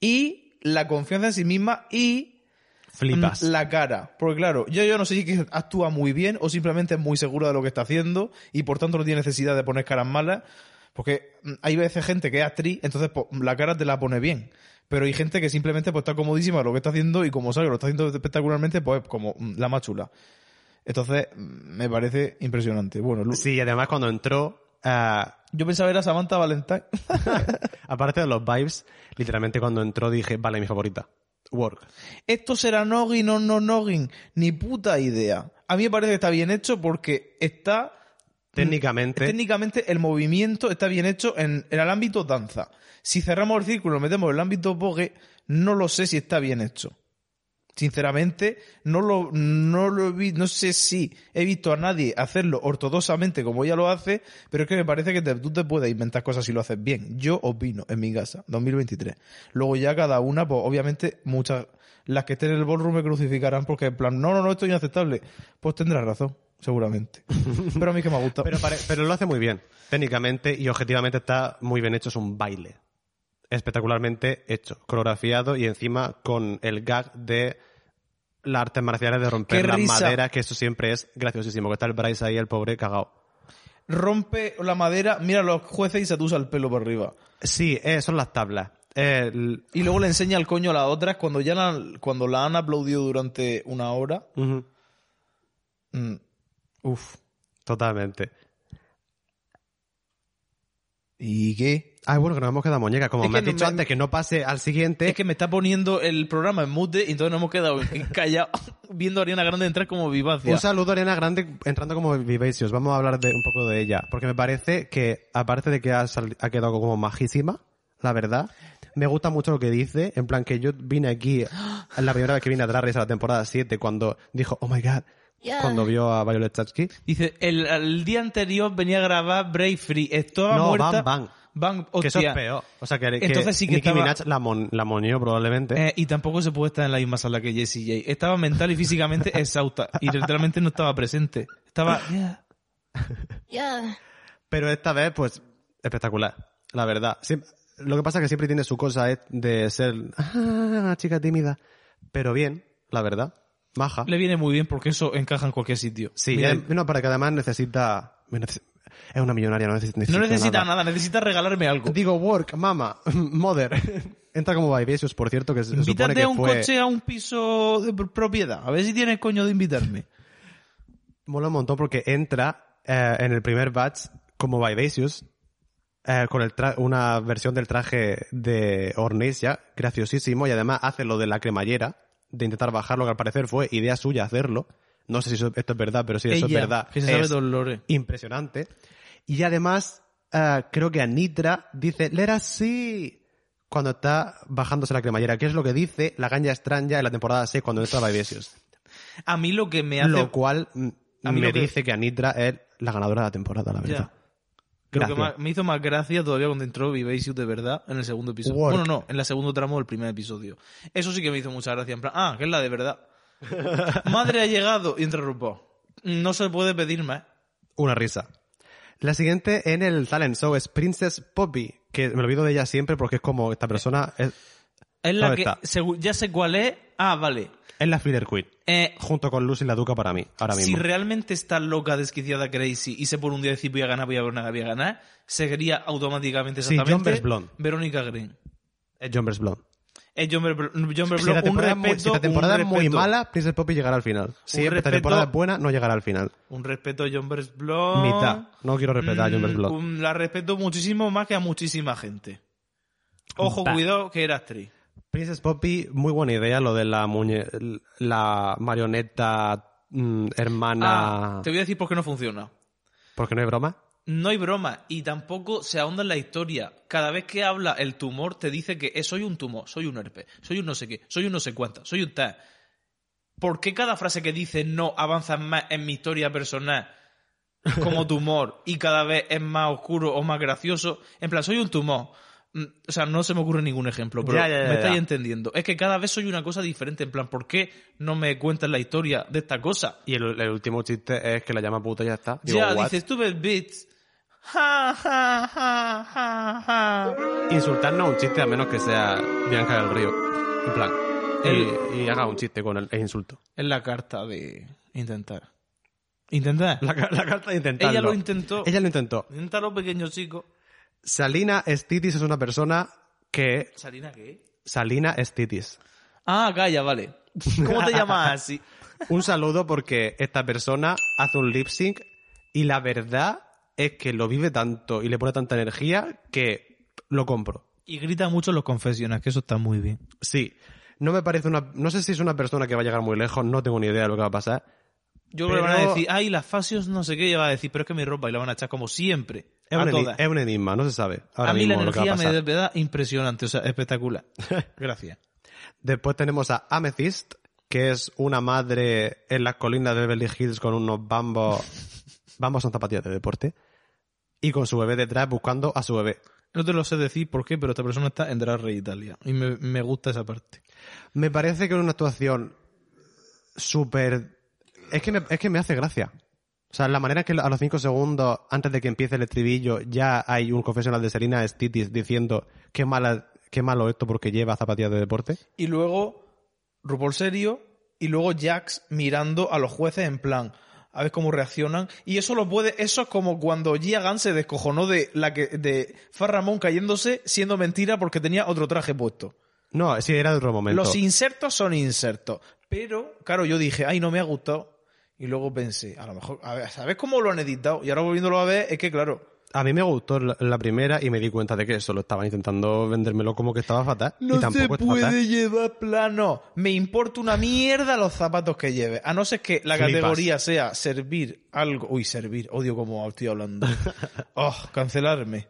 F: y la confianza en sí misma y
G: Flipas.
F: mm, la cara, porque claro, yo, yo no sé si es que actúa muy bien o simplemente es muy segura de lo que está haciendo y por tanto no tiene necesidad de poner caras malas, porque mm, hay veces gente que es actriz, entonces pues, la cara te la pone bien. Pero hay gente que simplemente pues, está comodísima de lo que está haciendo y como sabe que lo está haciendo espectacularmente, pues como mm, la más chula. Entonces, mm, me parece impresionante. Bueno, Lu-
G: Sí, y además cuando entró, ah,
F: yo pensaba era Samantha Valentine.
G: aparte de los vibes, literalmente cuando entró dije, vale, mi favorita. Work.
F: Mm, Esto será noggin o no noggin. Ni puta idea. A mí me parece que está bien hecho porque está...
G: Técnicamente.
F: Técnicamente el movimiento está bien hecho en, en el ámbito danza. Si cerramos el círculo y lo metemos en el ámbito bogue, no lo sé si está bien hecho. Sinceramente, no lo, no lo he vi- no sé si he visto a nadie hacerlo ortodoxamente como ella lo hace, pero es que me parece que te- tú te puedes inventar cosas si lo haces bien. Yo opino en mi casa, 2023. Luego ya cada una, pues obviamente muchas, las que estén en el ballroom me crucificarán porque en plan, no, no, no, esto es inaceptable. Pues tendrás razón, seguramente. Pero a mí es que me ha gustado.
G: Pero, pare- pero lo hace muy bien, técnicamente y objetivamente está muy bien hecho. Es un baile espectacularmente hecho, coreografiado y encima con el gag de las artes marciales de romper
F: ¡Qué
G: las
F: risa!
G: maderas, que eso siempre es graciosísimo. Que está el Bryce ahí, el pobre cagao.
F: rompe la madera, mira a los jueces y se atusa el pelo por arriba.
G: Sí, eh, son las tablas. El-
F: Y luego le enseña el coño a las otras cuando ya la, cuando la han aplaudido durante una hora.
G: Ujú,
F: Mm. Uf.
G: Totalmente.
F: ¿Y qué?
G: Ah, bueno, que nos hemos quedado muñeca. Como
F: Es que
G: me has
F: no
G: dicho
F: me-
G: antes, que no pase al siguiente.
F: Es que me está poniendo el programa en mute y entonces nos hemos quedado callados viendo a Ariana Grande entrar como vivacia.
G: Un saludo a Ariana Grande entrando como Vivacious. Vamos a hablar de, un poco de ella. Porque me parece que, aparte de que ha, sal- ha quedado como majísima, la verdad, me gusta mucho lo que dice. En plan, que yo vine aquí, la primera vez que vine a Drag Race a la temporada 7, cuando dijo, oh my god, cuando vio a Violet Chachki.
F: Dice, el, el día anterior venía a grabar Brave Free, estaba
G: No,
F: muerta.
G: Bang
F: Bang,
G: Que eso es
F: hostia.
G: peor. O sea, que, que
F: Entonces sí que
G: Nicki
F: estaba-
G: Minaj la, mon- la moñó probablemente.
F: Eh, y tampoco se puede estar en la misma sala que Jessie J. Estaba mental y físicamente exhausta y literalmente no estaba presente. Estaba...
G: Pero esta vez, pues, espectacular, la verdad. Siem- lo que pasa es que siempre tiene su cosa eh, de ser "Ah, una chica tímida, pero bien, la verdad, maja.
F: Le viene muy bien porque eso encaja en cualquier sitio.
G: Sí,
F: Mira,
G: eh, no, para que además necesita... me neces- es una millonaria, no necesita,
F: No necesita nada. necesita regalarme algo.
G: Digo, work, mama, mother. Entra como Vivacious, por cierto, que se supone
F: Invítate
G: que
F: a un
G: fue...
F: coche a un piso de pr- propiedad. A ver si tienes coño de invitarme.
G: Mola un montón porque entra eh, en el primer batch como Vivacious eh, con el tra- una versión del traje de Ornesia, graciosísimo, y además hace lo de la cremallera, de intentar bajarlo, que al parecer fue idea suya hacerlo. No sé si eso- esto es verdad, pero si eso es
F: Ella,
G: verdad,
F: Que se sabe
G: es
F: Dolores.
G: impresionante. Y además, eh, creo que Anitra dice, Lera sí, cuando está bajándose la cremallera, que es lo que dice la ganja extraña en la temporada 6 cuando entra Vivacious.
F: A mí lo que me hace.
G: Lo cual mm,
F: A mí
G: me
F: lo que-
G: dice que Anitra es la ganadora de la temporada, la verdad.
F: Ya. Creo que
G: Gracias.
F: más- me hizo más gracia todavía cuando entró Vivacious de verdad en el segundo episodio.
G: Work.
F: Bueno, no, en el segundo tramo del primer episodio. Eso sí que me hizo mucha gracia. En plan, ah, que es la de verdad. Madre ha llegado y interrumpo. No se puede pedir más.
G: Una risa. La siguiente en el talent show es Princess Poppy, que me olvido de ella siempre porque es como esta persona es,
F: Es la
G: ¿Dónde
F: que.
G: está?
F: segu- ya sé cuál es. Ah, vale.
G: es la filler queen,
F: Eh,
G: junto con Lucy la Duca para mí, ahora
F: si
G: mismo.
F: realmente está loca, desquiciada, crazy y se pone un día a decir voy a ganar, voy a ganar, voy a ganar, seguiría automáticamente
G: Sí, John
F: exactamente
G: Versblom.
F: Verónica Green.
G: Es John Blond.
F: Es John Ver- John
G: Si la
F: Versblom, un
G: temporada, es muy-
F: respeto,
G: si la temporada
F: un
G: es muy
F: respeto.
G: mala, Princess Poppy llegará al final. Si la
F: respeto-
G: temporada es buena, no llegará al final.
F: Un respeto a John Versblom.
G: Mitad. No quiero respetar a John
F: Mm,
G: Versblom.
F: un- La respeto muchísimo más que a muchísima gente. Ojo,
G: Pa.
F: cuidado, que era actriz.
G: Princess Poppy, muy buena idea lo de la muñe la marioneta mm, hermana.
F: Ah, te voy a decir por qué no funciona.
G: Porque no es broma.
F: No hay broma y tampoco se ahonda en la historia. Cada vez que habla el tumor te dice que eh, soy un tumor, soy un herpes, soy un no sé qué, soy un no sé cuánta, soy un tal. ¿Por qué cada frase que dice no avanza más en mi historia personal como tumor y cada vez es más oscuro o más gracioso? En plan, soy un tumor. Mm, O sea, no se me ocurre ningún ejemplo, pero
G: Ya, ya, ya,
F: me estáis
G: ya.
F: entendiendo. Es que cada vez soy una cosa diferente. En plan, ¿por qué no me cuentas la historia de esta cosa?
G: Y el, el último chiste es que la llama puta y ya está. Digo,
F: Ya,
G: "What?".
F: dice Stupid Beats. Ja, ja, ja, ja, ja.
G: Insultar no es un chiste a menos que sea Bianca del Río. En plan. y-
F: El-
G: Y, haga un chiste con el, el insulto.
F: Es la carta de intentar. Intentar.
G: La, ca- la carta de intentarlo.
F: Ella lo intentó.
G: Ella lo intentó.
F: Inténtalo, pequeño chico.
G: Salina Stitis es una persona que.
F: ¿Salina qué?
G: Salina Stitis.
F: Ah, calla, vale. ¿Cómo te llamas así?
G: Un saludo porque esta persona hace un lip sync y la verdad es que lo vive tanto y le pone tanta energía que lo compro.
F: Y grita mucho en los confesiones, que eso está muy bien.
G: Sí. No me parece una. No sé si es una persona que va a llegar muy lejos, no tengo ni idea de lo que va a pasar.
F: Yo creo que van a
G: Pero-
F: decir, ay, las fasios no sé qué, ella va a decir, pero es que mi ropa y la van a echar como siempre.
G: Es,
F: a
G: un, eni-
F: todas.
G: es un enigma, no se sabe. Ahora
F: A mí la
G: mismo lo que va a
F: energía me
G: pasar.
F: da impresionante, o sea, espectacular. Gracias.
G: Después tenemos a Amethyst, que es una madre en las colinas de Beverly Hills con unos bambos. Bambos son zapatillas de deporte. Y con su bebé detrás buscando a su bebé.
F: No te lo sé decir por qué, pero esta persona está en Drag Race Italia. Y me, me gusta esa parte.
G: Me parece que es una actuación súper. Es, que me- es que me hace gracia. O sea, la manera en que a los 5 segundos, antes de que empiece el estribillo, ya hay un confesional de Serena Stitis diciendo qué, mala, qué malo esto porque lleva zapatillas de deporte.
F: Y luego, RuPaul serio, y luego Jax mirando a los jueces en plan, a ver cómo reaccionan. Y eso lo puede, eso es como cuando Gia Gunn se descojonó de la que, de Farramón cayéndose, siendo mentira porque tenía otro traje puesto.
G: No, sí, era de otro momento.
F: Los insertos son insertos. Pero, claro, yo dije, ay, no me ha gustado. Y luego pensé, a lo mejor, a ver, ¿sabes cómo lo han editado? Y ahora volviéndolo a ver, es que claro,
G: A mí me gustó la, la primera y me di cuenta de que solo estaban intentando vendérmelo como que estaba fatal. y
F: No se
G: tampoco es
F: puede
G: fatal.
F: llevar plano. Me importa una mierda los zapatos que lleve. A no ser que la
G: Flipas.
F: categoría sea servir algo. Uy, servir. Odio como estoy hablando. oh, cancelarme.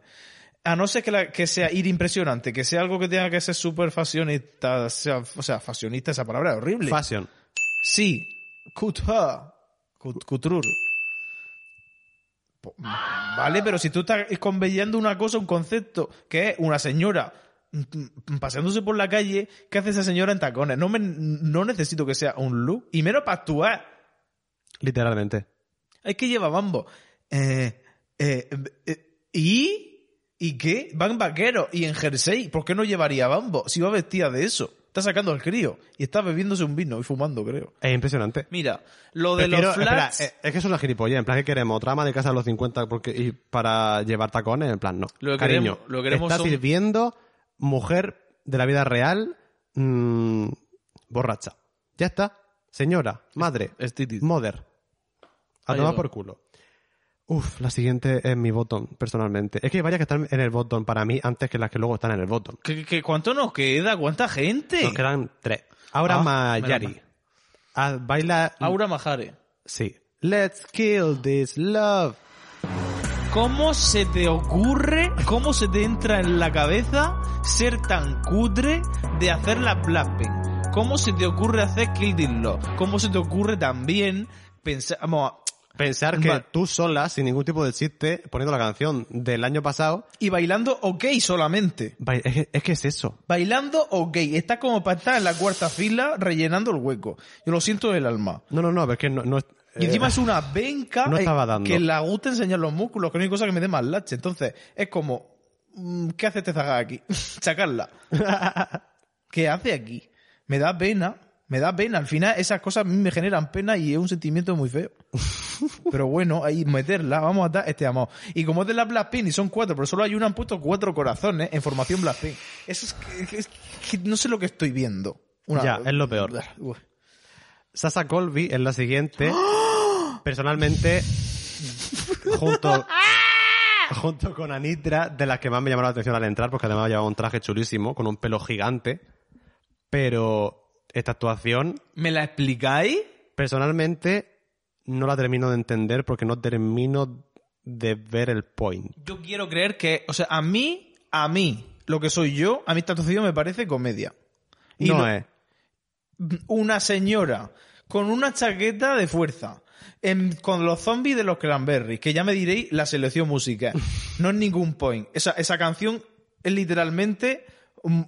F: A no ser que, la- que sea ir impresionante, que sea algo que tenga que ser súper fashionista. sea- o sea, fashionista, esa palabra es horrible.
G: Fashion.
F: sí. Couture. Cout- Couture. Po- Vale, pero si tú estás conveyendo una cosa, un concepto, que es una señora mm, mm, paseándose por la calle, ¿qué hace esa señora en tacones? No, me, no necesito que sea un look, y menos para actuar.
G: Literalmente.
F: Es que lleva bambo. Eh, eh, eh, ¿Y? ¿Y qué? Van vaqueros y en jersey. ¿Por qué no llevaría bambo si va vestida de eso? Está sacando al crío y está bebiéndose un vino y fumando, creo.
G: Es impresionante.
F: Mira, lo de
G: Prefiero-
F: los
G: espera,
F: flats...
G: eh, es que es una gilipollez. En plan, que queremos? ¿Trama de casa de los 50 porque, y para llevar tacones? En plan, no.
F: Lo que
G: Cariño,
F: queremos- lo que queremos
G: está
F: son-
G: sirviendo mujer de la vida real mm, borracha. Ya está. Señora, madre,
F: es titis.
G: mother. A
F: Ahí
G: tomar
F: va.
G: por culo. Uf, la siguiente es mi botón, personalmente. Es que hay varias que están en el botón para mí antes que las que luego están en el botón.
F: ¿Qué- qué- cuánto nos queda? ¿Cuánta gente?
G: Nos quedan tres. Ahora
F: Ah,
G: Mayari.
F: menos
G: Ah, Baila...
F: Aura Majare.
G: Sí. Let's kill this love.
F: ¿Cómo se te ocurre, cómo se te entra en la cabeza ser tan cutre de hacer la Blackpink? ¿Cómo se te ocurre hacer Kill This Love? ¿Cómo se te ocurre también pensar... Vamos, a-
G: Pensar que
F: Va-
G: tú sola, sin ningún tipo de chiste, poniendo la canción del año pasado,
F: y bailando ok solamente.
G: va- es que es, que es eso.
F: Bailando ok. Está como para estar en la cuarta fila rellenando el hueco. Yo lo siento del alma.
G: No, no, no, pero es que no, no es...
F: Y encima
G: eh,
F: es una venca
G: no
F: eh,
G: estaba dando.
F: que la gusta enseñar los músculos, que no hay cosa que me dé más lache. Entonces, es como, mm, ¿qué hace este zaga aquí? Sacarla. ¿Qué hace aquí? Me da pena, me da pena. Al final esas cosas a mí me generan pena y es un sentimiento muy feo. Pero bueno, ahí meterla, vamos a dar este amor. Y como es de la Blackpink y son cuatro, pero solo hay una, han puesto cuatro corazones en formación Blackpink. Eso es que, es que no sé lo que estoy viendo. Una-
G: Ya, es lo peor.
F: Uf.
G: Sasa Colby es la siguiente. Personalmente, junto, junto con Anitra, de las que más me llamaron la atención al entrar, porque además llevaba un traje chulísimo, con un pelo gigante. Pero esta actuación
F: ¿Me la explicáis?
G: personalmente no la termino de entender porque no termino de ver el point.
F: Yo quiero creer que, o sea, a mí, a mí, lo que soy yo, a mí esta actuación me parece comedia. Y
G: no,
F: no-
G: es.
F: Una señora con una chaqueta de fuerza, en- con los zombies de los cranberries, que ya me diréis la selección musical. No es ningún point. Esa, esa canción es literalmente... mm,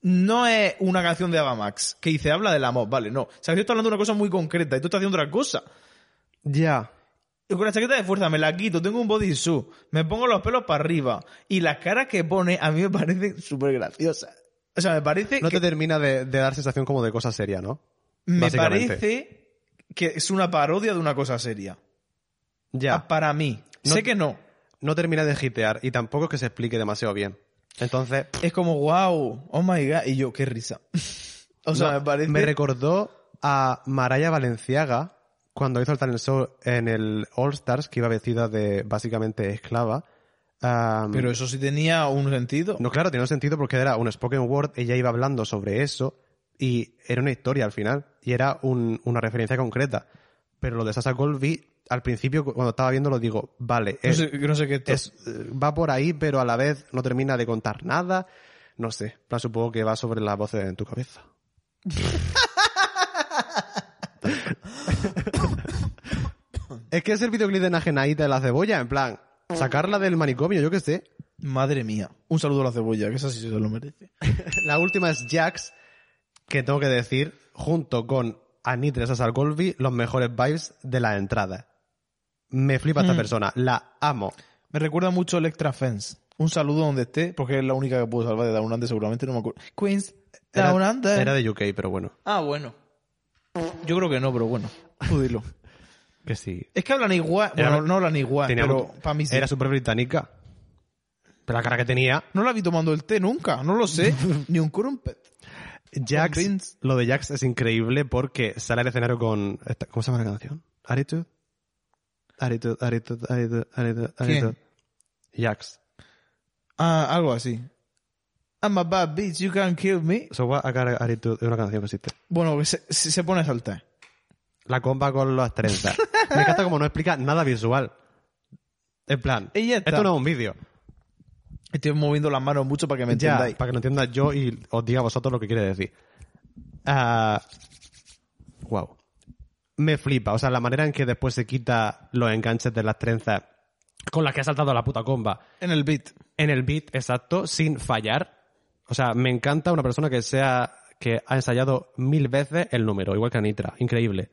F: no es una canción de Avamax que dice habla del amor, vale, no. O sea, yo estoy hablando de una cosa muy concreta y tú estás haciendo otra cosa.
G: Ya.
F: Y con la chaqueta de fuerza me la quito, tengo un bodysuit, me pongo los pelos para arriba y las caras que pone a mí me parecen súper graciosas. O sea, me parece
G: No
F: que,
G: te termina de, de dar sensación como de cosa seria, ¿no?
F: me
G: básicamente.
F: parece que es una parodia de una cosa seria.
G: Ya.
F: Ah, Para mí.
G: No-
F: sé que no.
G: No termina de hitear y tampoco es que se explique demasiado bien. Entonces,
F: Es como, wow, oh my god. Y yo, qué risa. o sea,
G: no,
F: me parece...
G: recordó a Maraya Valenciaga cuando hizo el talent show en el All Stars, que iba vestida de básicamente esclava. Am,
F: Pero eso sí tenía un sentido.
G: No, claro, tiene un sentido porque era un spoken word, ella iba hablando sobre eso y era una historia al final y era un- una referencia concreta. Pero lo de Sasa Colby, al principio cu- cuando estaba viéndolo digo, vale,
F: No
G: es-
F: sé, no sé qué esto-
G: es- eh, va por ahí pero a la vez no termina de contar nada. No sé, en plan, supongo que va sobre las voces en tu cabeza. es que es el videoclip de Najenaita de la cebolla, en plan, sacarla del manicomio, yo qué sé.
F: Madre mía. Un saludo a la cebolla, que esa sí se lo merece.
G: La última es Jax, que tengo que decir, junto con Anitra Sasal Golby, los mejores vibes de la entrada. Me flipa esta
F: Mm.
G: persona, la amo.
F: Me recuerda mucho a Electra Fence. Un saludo donde esté, porque es la única que puedo salvar de Down Under, seguramente no me acuerdo. Queens,
G: Era,
F: Down Under.
G: era de UK, pero bueno.
F: Ah, bueno. Yo creo que no, pero bueno. Tú dilo.
G: Que sí.
F: Es que hablan igual.
G: Era-
F: bueno, no hablan igual,
G: Tenía
F: pero
G: un-
F: para mí sí.
G: Era súper británica. Pero la cara que tenía.
F: No la vi tomando el té nunca, no lo sé. Ni un crumpet.
G: Jax,
F: Vince.
G: lo de Jax es increíble porque sale al escenario con... esta- ¿Cómo se llama la canción? Attitude. Attitude, attitude, attitude, attitude,
F: ¿Quién?
G: attitude. Jax.
F: Ah, algo así. I'm a bad bitch, you can kill me.
G: So what I got attitude es una canción que existe.
F: Bueno, se, se se pone a saltar.
G: La comba con las trenzas. Me encanta como no explica nada visual. En plan,
F: Y ya está.
G: esto no es un vídeo.
F: Estoy moviendo las manos mucho para que me
G: Ya,
F: entendáis.
G: para que lo entienda yo y os diga a vosotros lo que quiere decir. wow. Me flipa. O sea, la manera en que después se quita los enganches de las trenzas con las que ha saltado la puta comba
F: En el beat.
G: en el beat exacto, sin fallar. O sea, me encanta una persona que sea que ha ensayado mil veces el número, igual que Anitra. Increíble.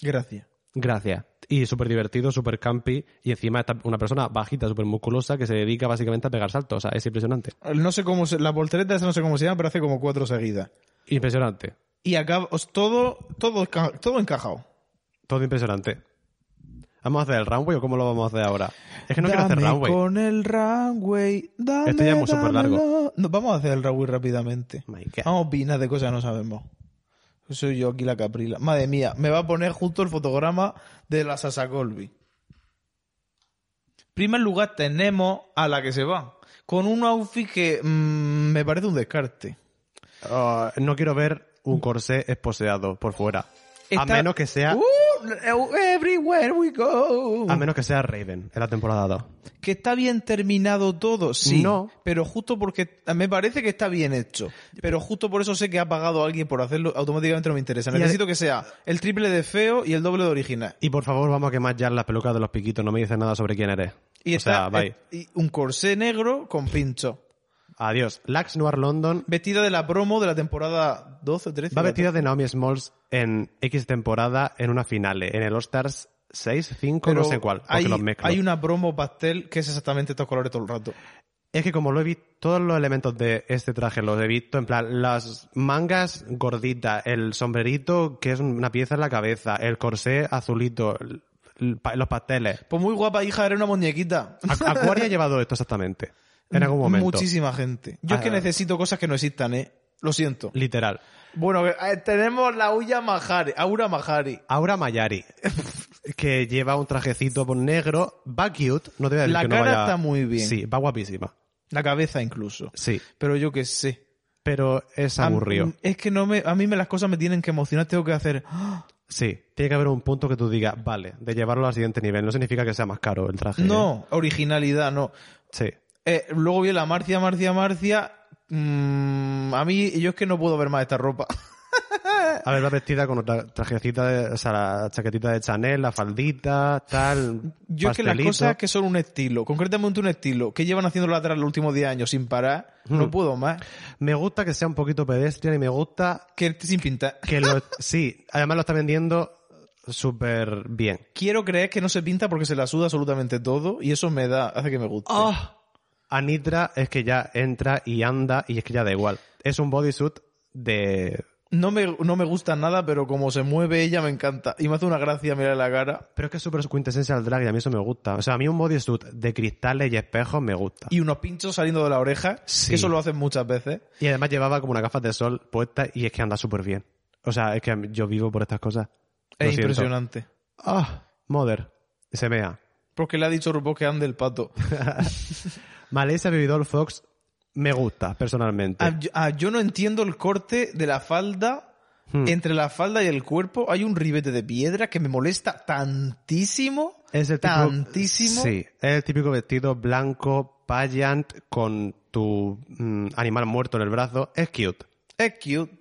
F: Gracias.
G: Gracias. Y súper divertido, súper campi. Y encima está una persona bajita, súper musculosa, que se dedica básicamente a pegar saltos. O sea, es impresionante.
F: No sé cómo se, la voltereta esa no sé cómo se llama, pero hace como cuatro seguidas.
G: Impresionante.
F: Y acaba, os- todo, todo, enca- todo encajado.
G: Todo impresionante. ¿Vamos a hacer el runway o cómo lo vamos a hacer ahora? Es que no quiero hacer
F: Dame
G: runway.
F: Con el runway, dame,
G: Esto ya es súper largo.
F: dámelo. No, vamos a hacer el runway rápidamente.
G: My God.
F: Vamos a opinar de cosas que no sabemos. Soy yo aquí la caprila. Madre mía, me va a poner justo el fotograma de la Sasa Colby. Primer lugar tenemos a la que se va. Con un outfit que mm, me parece un descarte.
G: Ah, no quiero ver un corsé esposeado por fuera. A
F: Está-
G: menos que sea,
F: Uh, everywhere we go.
G: a menos que sea Raven en la temporada 2.
F: Que está bien terminado todo, sí.
G: No.
F: Pero justo porque ah, me parece que está bien hecho. Pero justo por eso sé que ha pagado a alguien por hacerlo, automáticamente no me interesa.
G: Y
F: Necesito que sea el triple de feo y el doble de original.
G: Y por favor, vamos a quemar ya las pelucas de los piquitos. No me dices nada sobre quién eres.
F: Y
G: o
F: está
G: sea, bye.
F: eh, y un corsé negro con pincho.
G: Adiós. Lax Noir London
F: Vestida de la promo de la temporada 12, 13.
G: va vestida de Naomi Smalls en X temporada en una finale, en el All-Stars 6, 5,
F: Pero
G: no sé cuál, porque
F: hay,
G: los mezclo.
F: hay una promo pastel que es exactamente estos colores todo el rato.
G: Es que como lo he visto, todos los elementos de este traje los he visto, en plan, las mangas gorditas, el sombrerito que es una pieza en la cabeza, el corsé azulito, el- el pa- los pasteles.
F: Pues muy guapa, hija, era una muñequita.
G: ¿A, a cuál ha llevado esto exactamente? En algún momento.
F: Muchísima gente. Yo es que
G: Ah.
F: necesito cosas que no existan, ¿eh? Lo siento.
G: Literal.
F: Bueno, eh, tenemos la Uya Mahari, Aura Mahari.
G: Aura Mayari, que lleva un trajecito por negro, va cute, no te voy a decir
F: La
G: que no
F: cara
G: vaya-
F: está muy bien.
G: Sí, va guapísima.
F: La cabeza incluso.
G: Sí,
F: Pero yo qué sé.
G: pero es
F: A-
G: aburrido.
F: Es que no me, a mí me las cosas me tienen que emocionar, tengo que hacer... ¡ah!
G: Sí, tiene que haber un punto que tú digas, vale, de llevarlo al siguiente nivel. No significa que sea más caro el traje. ¿eh?
F: No, originalidad, no.
G: Sí.
F: Eh, luego vi la Marcia, Marcia, Marcia. Mm, a mí, yo es que no puedo ver más esta ropa.
G: A ver, va vestida con otra trajecita, de- o sea, la chaquetita de Chanel, la faldita, tal.
F: Yo es que las
G: pastelito.
F: cosas que son un estilo, concretamente un estilo, que llevan haciéndolo atrás los últimos 10 años sin parar, no
G: Mm.
F: puedo más.
G: Me gusta que sea un poquito pedestrian y me gusta
F: Que sin pintar.
G: que lo. sí, además lo está vendiendo súper bien.
F: Quiero creer que no se pinta porque se la suda absolutamente todo y eso me da, hace que me guste.
G: Ah, Anitra es que ya entra y anda y es que ya da igual. Es un bodysuit de.
F: No me, no me gusta nada, pero como se mueve ella me encanta. Y me hace una gracia mirar la cara.
G: Pero es que es súper quintessential drag y a mí eso me gusta. O sea, a mí un bodysuit de cristales y espejos me gusta.
F: Y unos pinchos saliendo de la oreja,
G: Sí.
F: que eso lo hacen muchas veces.
G: Y además llevaba como una gafas de sol puesta y es que anda súper bien. O sea, es que yo vivo por estas cosas. Lo
F: Es
G: siento.
F: impresionante.
G: Ah, mother. Se mea.
F: Porque le ha dicho RuPaul que ande el pato.
G: Malaysia Bebidol Fox me gusta, personalmente.
F: Ah, yo, ah, yo no entiendo el corte de la falda.
G: Hmm.
F: Entre la falda y el cuerpo hay un ribete de piedra que me molesta tantísimo.
G: es el típico-
F: tantísimo.
G: Sí, es el típico vestido blanco, payant, con tu mm, animal muerto en el brazo. Es cute.
F: Es cute.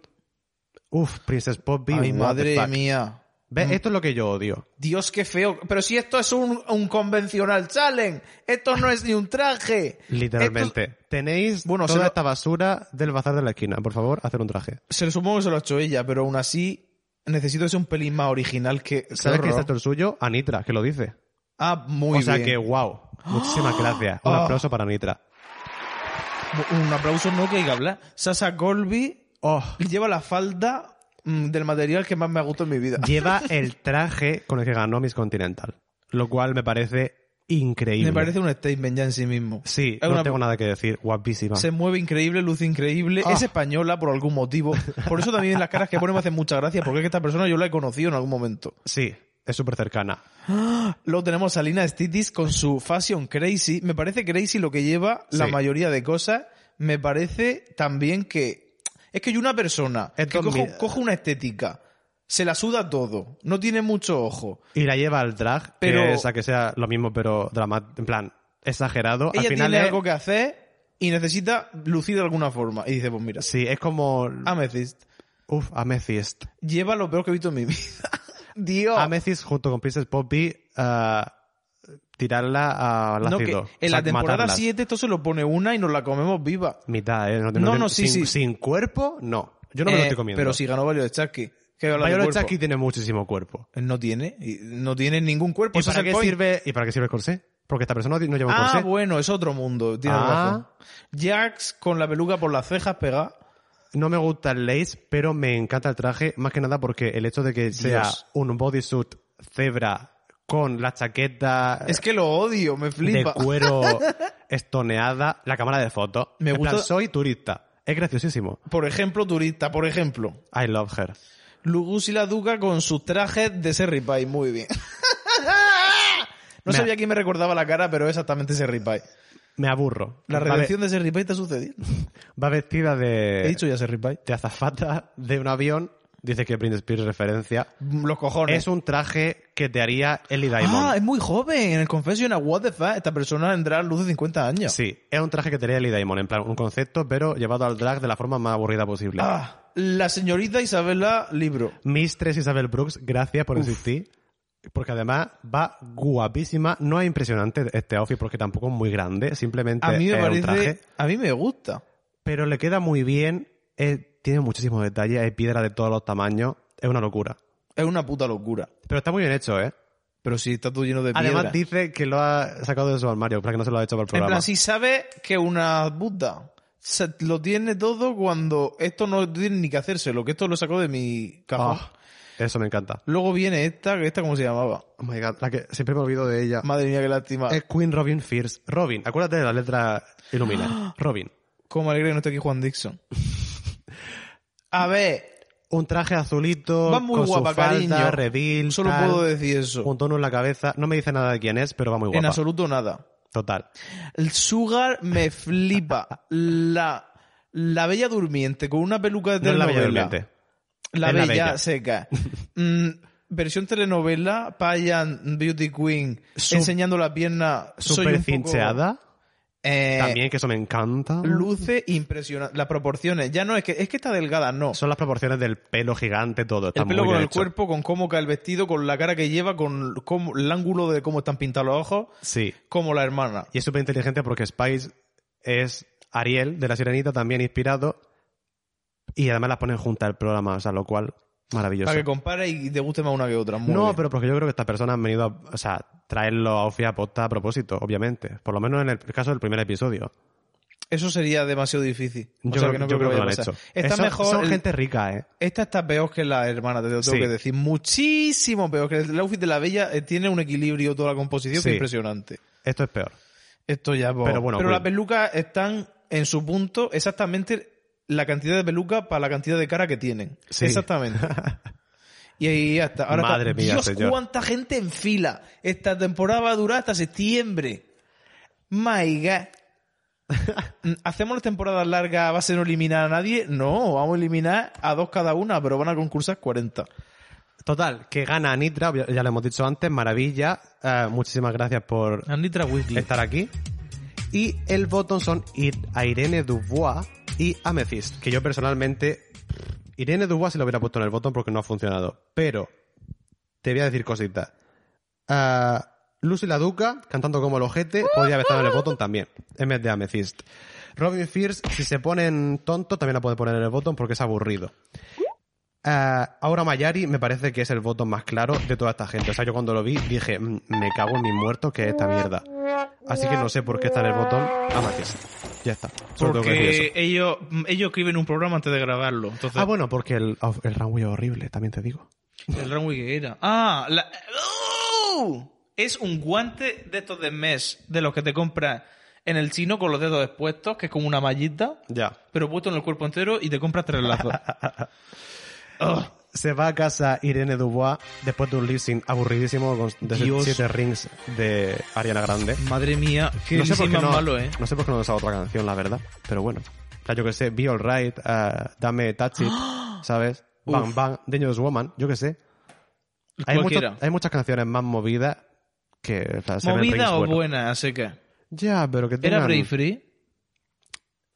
G: Uf, Princess Poppy.
F: Ay,
G: what the
F: madre
G: fuck.
F: mía. Mm.
G: ¿Ves? Esto es lo que yo odio.
F: Dios, qué feo. Pero si esto es un, un convencional challenge. Esto no es ni un traje.
G: Literalmente.
F: Esto-
G: Tenéis
F: Bueno,
G: toda
F: se lo-
G: esta basura del bazar de la esquina. Por favor, hacer un traje.
F: se lo supongo que se lo ha hecho ella, pero aún así necesito que sea un pelín más original que...
G: ¿Sabes
F: qué
G: que está
F: horror.
G: el suyo? A Nitra, que lo dice.
F: Ah, muy
G: o sea
F: bien.
G: que, wow. Muchísimas gracias. Un
F: Ah.
G: aplauso para Nitra.
F: Un aplauso no que hay que hablar. Sasa Colby
G: Oh.
F: lleva la falda mm, del material que más me ha gustado en mi vida.
G: Lleva el traje con el que ganó Miss Continental. Lo cual me parece increíble.
F: Me parece un statement ya en sí mismo.
G: Sí,
F: Es
G: no
F: una-
G: tengo nada que decir. Guapísima.
F: Se mueve increíble, luce increíble.
G: Ah.
F: Es española por algún motivo. Por eso también las caras que pone me hacen mucha gracia, porque es que esta persona yo la he conocido en algún momento.
G: Sí, es súper cercana.
F: Luego tenemos a Lina Stitis con su Fashion Crazy. Me parece crazy lo que lleva la
G: Sí.
F: mayoría de cosas. Me parece también que. Es que hay una persona
G: Es
F: que
G: dos
F: coge,
G: mil-
F: coge una estética, se la suda todo, no tiene mucho ojo.
G: Y la lleva al drag,
F: Pero-
G: que es a que sea lo mismo, pero dramático. En plan, exagerado.
F: Ella
G: al final
F: tiene
G: es-
F: algo que hacer y necesita lucir de alguna forma. Y dice: Pues mira,
G: Sí, es como.
F: Amethyst
G: Uf, Amethyst.
F: lleva lo peor que he visto en mi vida. Dios.
G: Amethyst junto con Princess Poppy. ah, tirarla al
F: No, que
G: ácido.
F: en
G: O sea,
F: la temporada
G: matarlas.
F: 7 esto se lo pone una y nos la comemos viva.
G: Mitad, ¿eh?
F: No,
G: tiene-
F: no, sí,
G: sin,
F: sí.
G: sin cuerpo, no. Yo no me lo
F: Eh,
G: estoy comiendo.
F: Pero si ganó varios de Chucky. Que que habla de
G: Violet
F: cuerpo.
G: Chachki tiene muchísimo cuerpo.
F: No tiene, y no tiene ningún cuerpo.
G: ¿Y
F: ese
G: para,
F: es el
G: qué
F: point.
G: sirve, ¿Y para qué sirve el corsé? Porque esta persona no lleva un
F: Ah,
G: corsé.
F: bueno, es otro mundo. Tienes
G: Ah.
F: razón. Jax con la peluca por las cejas pegada.
G: No me gusta el lace, pero me encanta el traje, más que nada porque el hecho de que sea un bodysuit cebra con la chaqueta
F: Es que lo odio, me
G: de
F: flipa.
G: cuero estoneada, la cámara de fotos.
F: Me
G: En plan,
F: gusta-
G: soy turista. Es graciosísimo.
F: Por ejemplo, turista, por ejemplo.
G: I love her.
F: Lugus y la Duca con sus trajes de Serry Pie, muy bien. No
G: Me-
F: sabía quién me recordaba la cara, pero exactamente Serry Pie.
G: Me aburro.
F: La
G: Va
F: relación de Serry Pie está sucediendo.
G: ve- Va vestida de...
F: He dicho ya Serry Pie.
G: de azafata de un avión. Dice que Britney Spears referencia.
F: Los cojones.
G: Es un traje que te haría Ellie
F: ah,
G: Diamond.
F: es muy joven. En el Confession a What the Fuck, esta persona tendrá luz de 50 años.
G: Sí, es un traje que te haría Ellie Diamond. En plan, un concepto, pero llevado al drag de la forma más aburrida posible.
F: Ah, la señorita Isabela Libro.
G: Mistress Isabel Brooks, gracias por insistir. Porque además va guapísima. No es impresionante este outfit porque tampoco es muy grande. Simplemente
F: A mí me
G: es un traje.
F: parece. A mí me gusta.
G: Pero le queda muy bien. eh, tiene muchísimos detalles. Hay piedra de todos los tamaños. Es una locura.
F: Es una puta locura.
G: Pero está muy bien hecho, ¿eh?
F: Pero si está todo lleno de piedra.
G: Además dice que lo ha sacado de su armario, para que no se lo ha hecho para el
F: En
G: programa.
F: plan, si sabe que una Buda se- lo tiene todo cuando esto no tiene ni que hacérselo, que esto lo sacó de mi cajón.
G: Ah, eso me encanta.
F: Luego viene esta, que esta cómo se llamaba.
G: Oh my god, la que siempre me olvido de ella.
F: Madre mía, qué lástima.
G: Es Queen Robin Fierce. Robin, acuérdate de la letra Illumina. Robin.
F: Cómo me alegra que no esté aquí Juan Dixon. A ver,
G: Un traje azulito,
F: Va muy
G: con
F: guapa,
G: su falda,
F: cariño.
G: reveal,
F: solo
G: tal,
F: puedo decir eso.
G: un tono en la cabeza. No me dice nada de quién es, pero va muy guapa.
F: En absoluto nada.
G: Total.
F: El Sugar me flipa. La, la bella durmiente con una peluca de
G: No es la bella
F: telenovela.
G: durmiente.
F: La
G: Es la
F: bella,
G: bella.
F: seca. Mm, versión telenovela, Payan, Beauty Queen,
G: Su-
F: enseñando la pierna. soy un
G: Súper
F: poco-
G: cincheada.
F: Eh,
G: También, que eso me encanta.
F: Luce impresionante. Las proporciones. Ya no es que es que está delgada, no.
G: Son las proporciones del pelo gigante, todo. Está
F: El pelo
G: muy
F: con
G: bien
F: el
G: hecho.
F: cuerpo, con cómo cae el vestido, con la cara que lleva, con cómo- el ángulo de cómo están pintados los ojos,
G: Sí.
F: como la hermana.
G: Y es súper inteligente porque Spice es Ariel de la Sirenita, también inspirado. Y además las ponen juntas al programa, o sea, lo cual, maravilloso.
F: Para que compare y te guste más una que otra. Muy
G: No,
F: bien.
G: pero porque yo creo que estas personas han venido a, o sea, traerlo a Ofia Posta a propósito, obviamente. Por lo menos en el caso del primer episodio.
F: Eso sería demasiado difícil. O
G: Yo,
F: sea,
G: creo,
F: que no
G: yo
F: creo que
G: lo
F: vaya
G: han
F: a pasar.
G: hecho.
F: Está
G: Eso-
F: mejor.
G: Son
F: el-
G: gente rica, ¿eh?
F: Esta está peor que la hermana, te lo tengo
G: Sí.
F: que decir. Muchísimo peor. Que el outfit de la bella eh, tiene un equilibrio, toda la composición, que
G: Sí.
F: es impresionante.
G: Esto es peor.
F: Esto ya va.
G: Pero bueno, pues-
F: las
G: Queen.
F: pelucas están en su punto exactamente la cantidad de peluca para la cantidad de cara que tienen.
G: Sí.
F: Exactamente. Y ahí ya está. Ahora está-
G: Madre mía,
F: Dios,
G: señor.
F: cuánta gente en fila. Esta temporada va a durar hasta septiembre. My God. ¿Hacemos las temporadas largas a base de no eliminar a nadie? No, vamos a eliminar a dos cada una, pero van a concursar 40.
G: Total, que gana Anitra, ya ya lo hemos dicho antes, maravilla. Eh, muchísimas gracias por
F: Anitra Weekly.
G: estar aquí. Y el botón son Ir- a Irene Dubois y Amethyst, que yo personalmente... Irene Dubois se lo hubiera puesto en el botón porque no ha funcionado. Pero, te voy a decir cositas. Ah, Lucy la Duca, cantando como el ojete, podría haber estado en el botón también, en vez de Amethyst. Robin Fierce, si se ponen tontos, también la puede poner en el botón porque es aburrido. Ah, Ahora Mayari me parece que es el botón más claro de toda esta gente. O sea, yo cuando lo vi dije, "Mm, me cago en mis muertos, que es esta mierda. Así que no sé por qué está en el botón Ah, Amatista. Ya está. Solo tengo que decir eso.
F: ellos, ellos escriben un programa antes de grabarlo. Entonces,
G: Ah, bueno, porque el, el runway es horrible, también te digo.
F: El runway que era. Ah, la... ¡Oh! es un guante de estos de mes, de los que te compras en el chino con los dedos expuestos, que es como una mallita,
G: Ya.
F: pero puesto en el cuerpo entero y te compras tres lazos. Ugh.
G: Se va a casa Irene Dubois después de un lip sync aburridísimo con de
F: Dios.
G: siete rings de Ariana Grande.
F: Madre mía, qué
G: No sé, por qué
F: más
G: no,
F: malo, ¿eh?
G: no sé por qué no nos ha otra canción, la verdad. Pero bueno. O sea, yo que sé, Be Alright, Dame Touch It, ¿sabes? Bang Bang, Dangerous Woman, yo que sé. Hay, mucho-
F: Cualquiera.
G: hay muchas canciones más movidas que... o sea, Seven Rings,
F: ¿Movida o
G: bueno.
F: buena, a seca?
G: Ya, pero que
F: ¿Era
G: tengan-
F: Brave Free?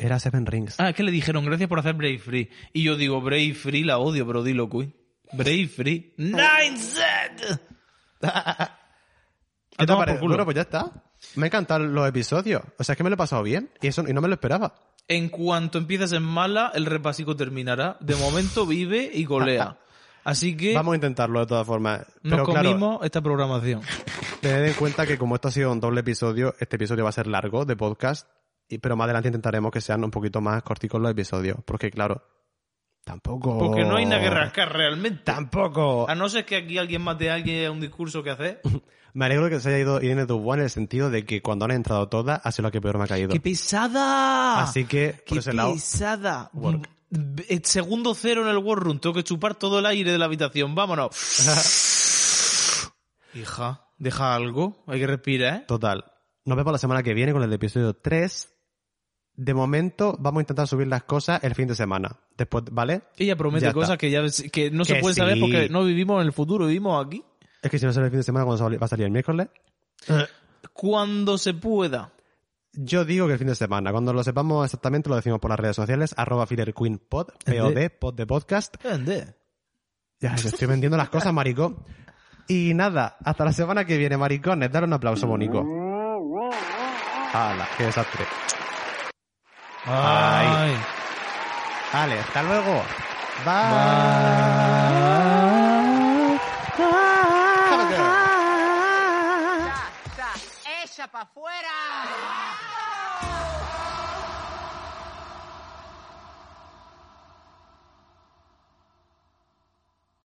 G: Era Seven Rings.
F: Ah, es que le dijeron gracias por hacer Brave Free. Y yo digo, Brave Free la odio, pero dilo, Queen. Brave Free.
G: Oh.
F: ¡Nine Z!
G: ¿Qué te parece? Bueno, pues ya está. Me encantan los episodios. O sea, es que me lo he pasado bien y, eso, y no me lo esperaba.
F: En cuanto empieces en mala, el repasico terminará. De momento vive y golea. Así que
G: Vamos a intentarlo de todas formas.
F: nos
G: Pero claro,
F: comimos esta programación.
G: tened en cuenta que como esto ha sido un doble episodio, este episodio va a ser largo de podcast, y, pero más adelante intentaremos que sean un poquito más corticos los episodios. Porque claro, tampoco...
F: Porque no hay nada que rascar realmente.
G: Tampoco.
F: A no ser que aquí alguien mate a alguien a un discurso que hace.
G: Me alegro que se haya ido Irene Dubois en el sentido de que cuando han entrado todas ha sido la que peor me ha caído.
F: ¡Qué pesada!
G: Así que, por
F: ¡Qué
G: ese lado,
F: pesada!
G: work.
F: B- eh, Segundo cero en el War Room. Tengo que chupar todo el aire de la habitación. Vámonos. Hija, deja algo. Hay que respirar, ¿eh?
G: total. Nos vemos la semana que viene con el episodio 3. De momento, vamos a intentar subir las cosas el fin de semana. Después, ¿vale?
F: Ella promete
G: Ya está.
F: cosas que ya ves- que no se
G: Que
F: puede saber
G: sí.
F: porque no vivimos en el futuro, vivimos aquí.
G: Es que si no sale el fin de semana, ¿cuándo sale- va a salir el miércoles?
F: Cuando se pueda.
G: Yo digo que el fin de semana. Cuando lo sepamos exactamente, lo decimos por las redes sociales. Arroba FillerQueenPod, POD, pod de podcast.
F: Entiende.
G: Ya, yo estoy vendiendo las cosas, marico. Y nada, hasta la semana que viene, maricones. Dar un aplauso, bonito. ¡Hala, qué desastre!
F: Ay.
G: Vale, hasta luego. Bye.
F: Bye.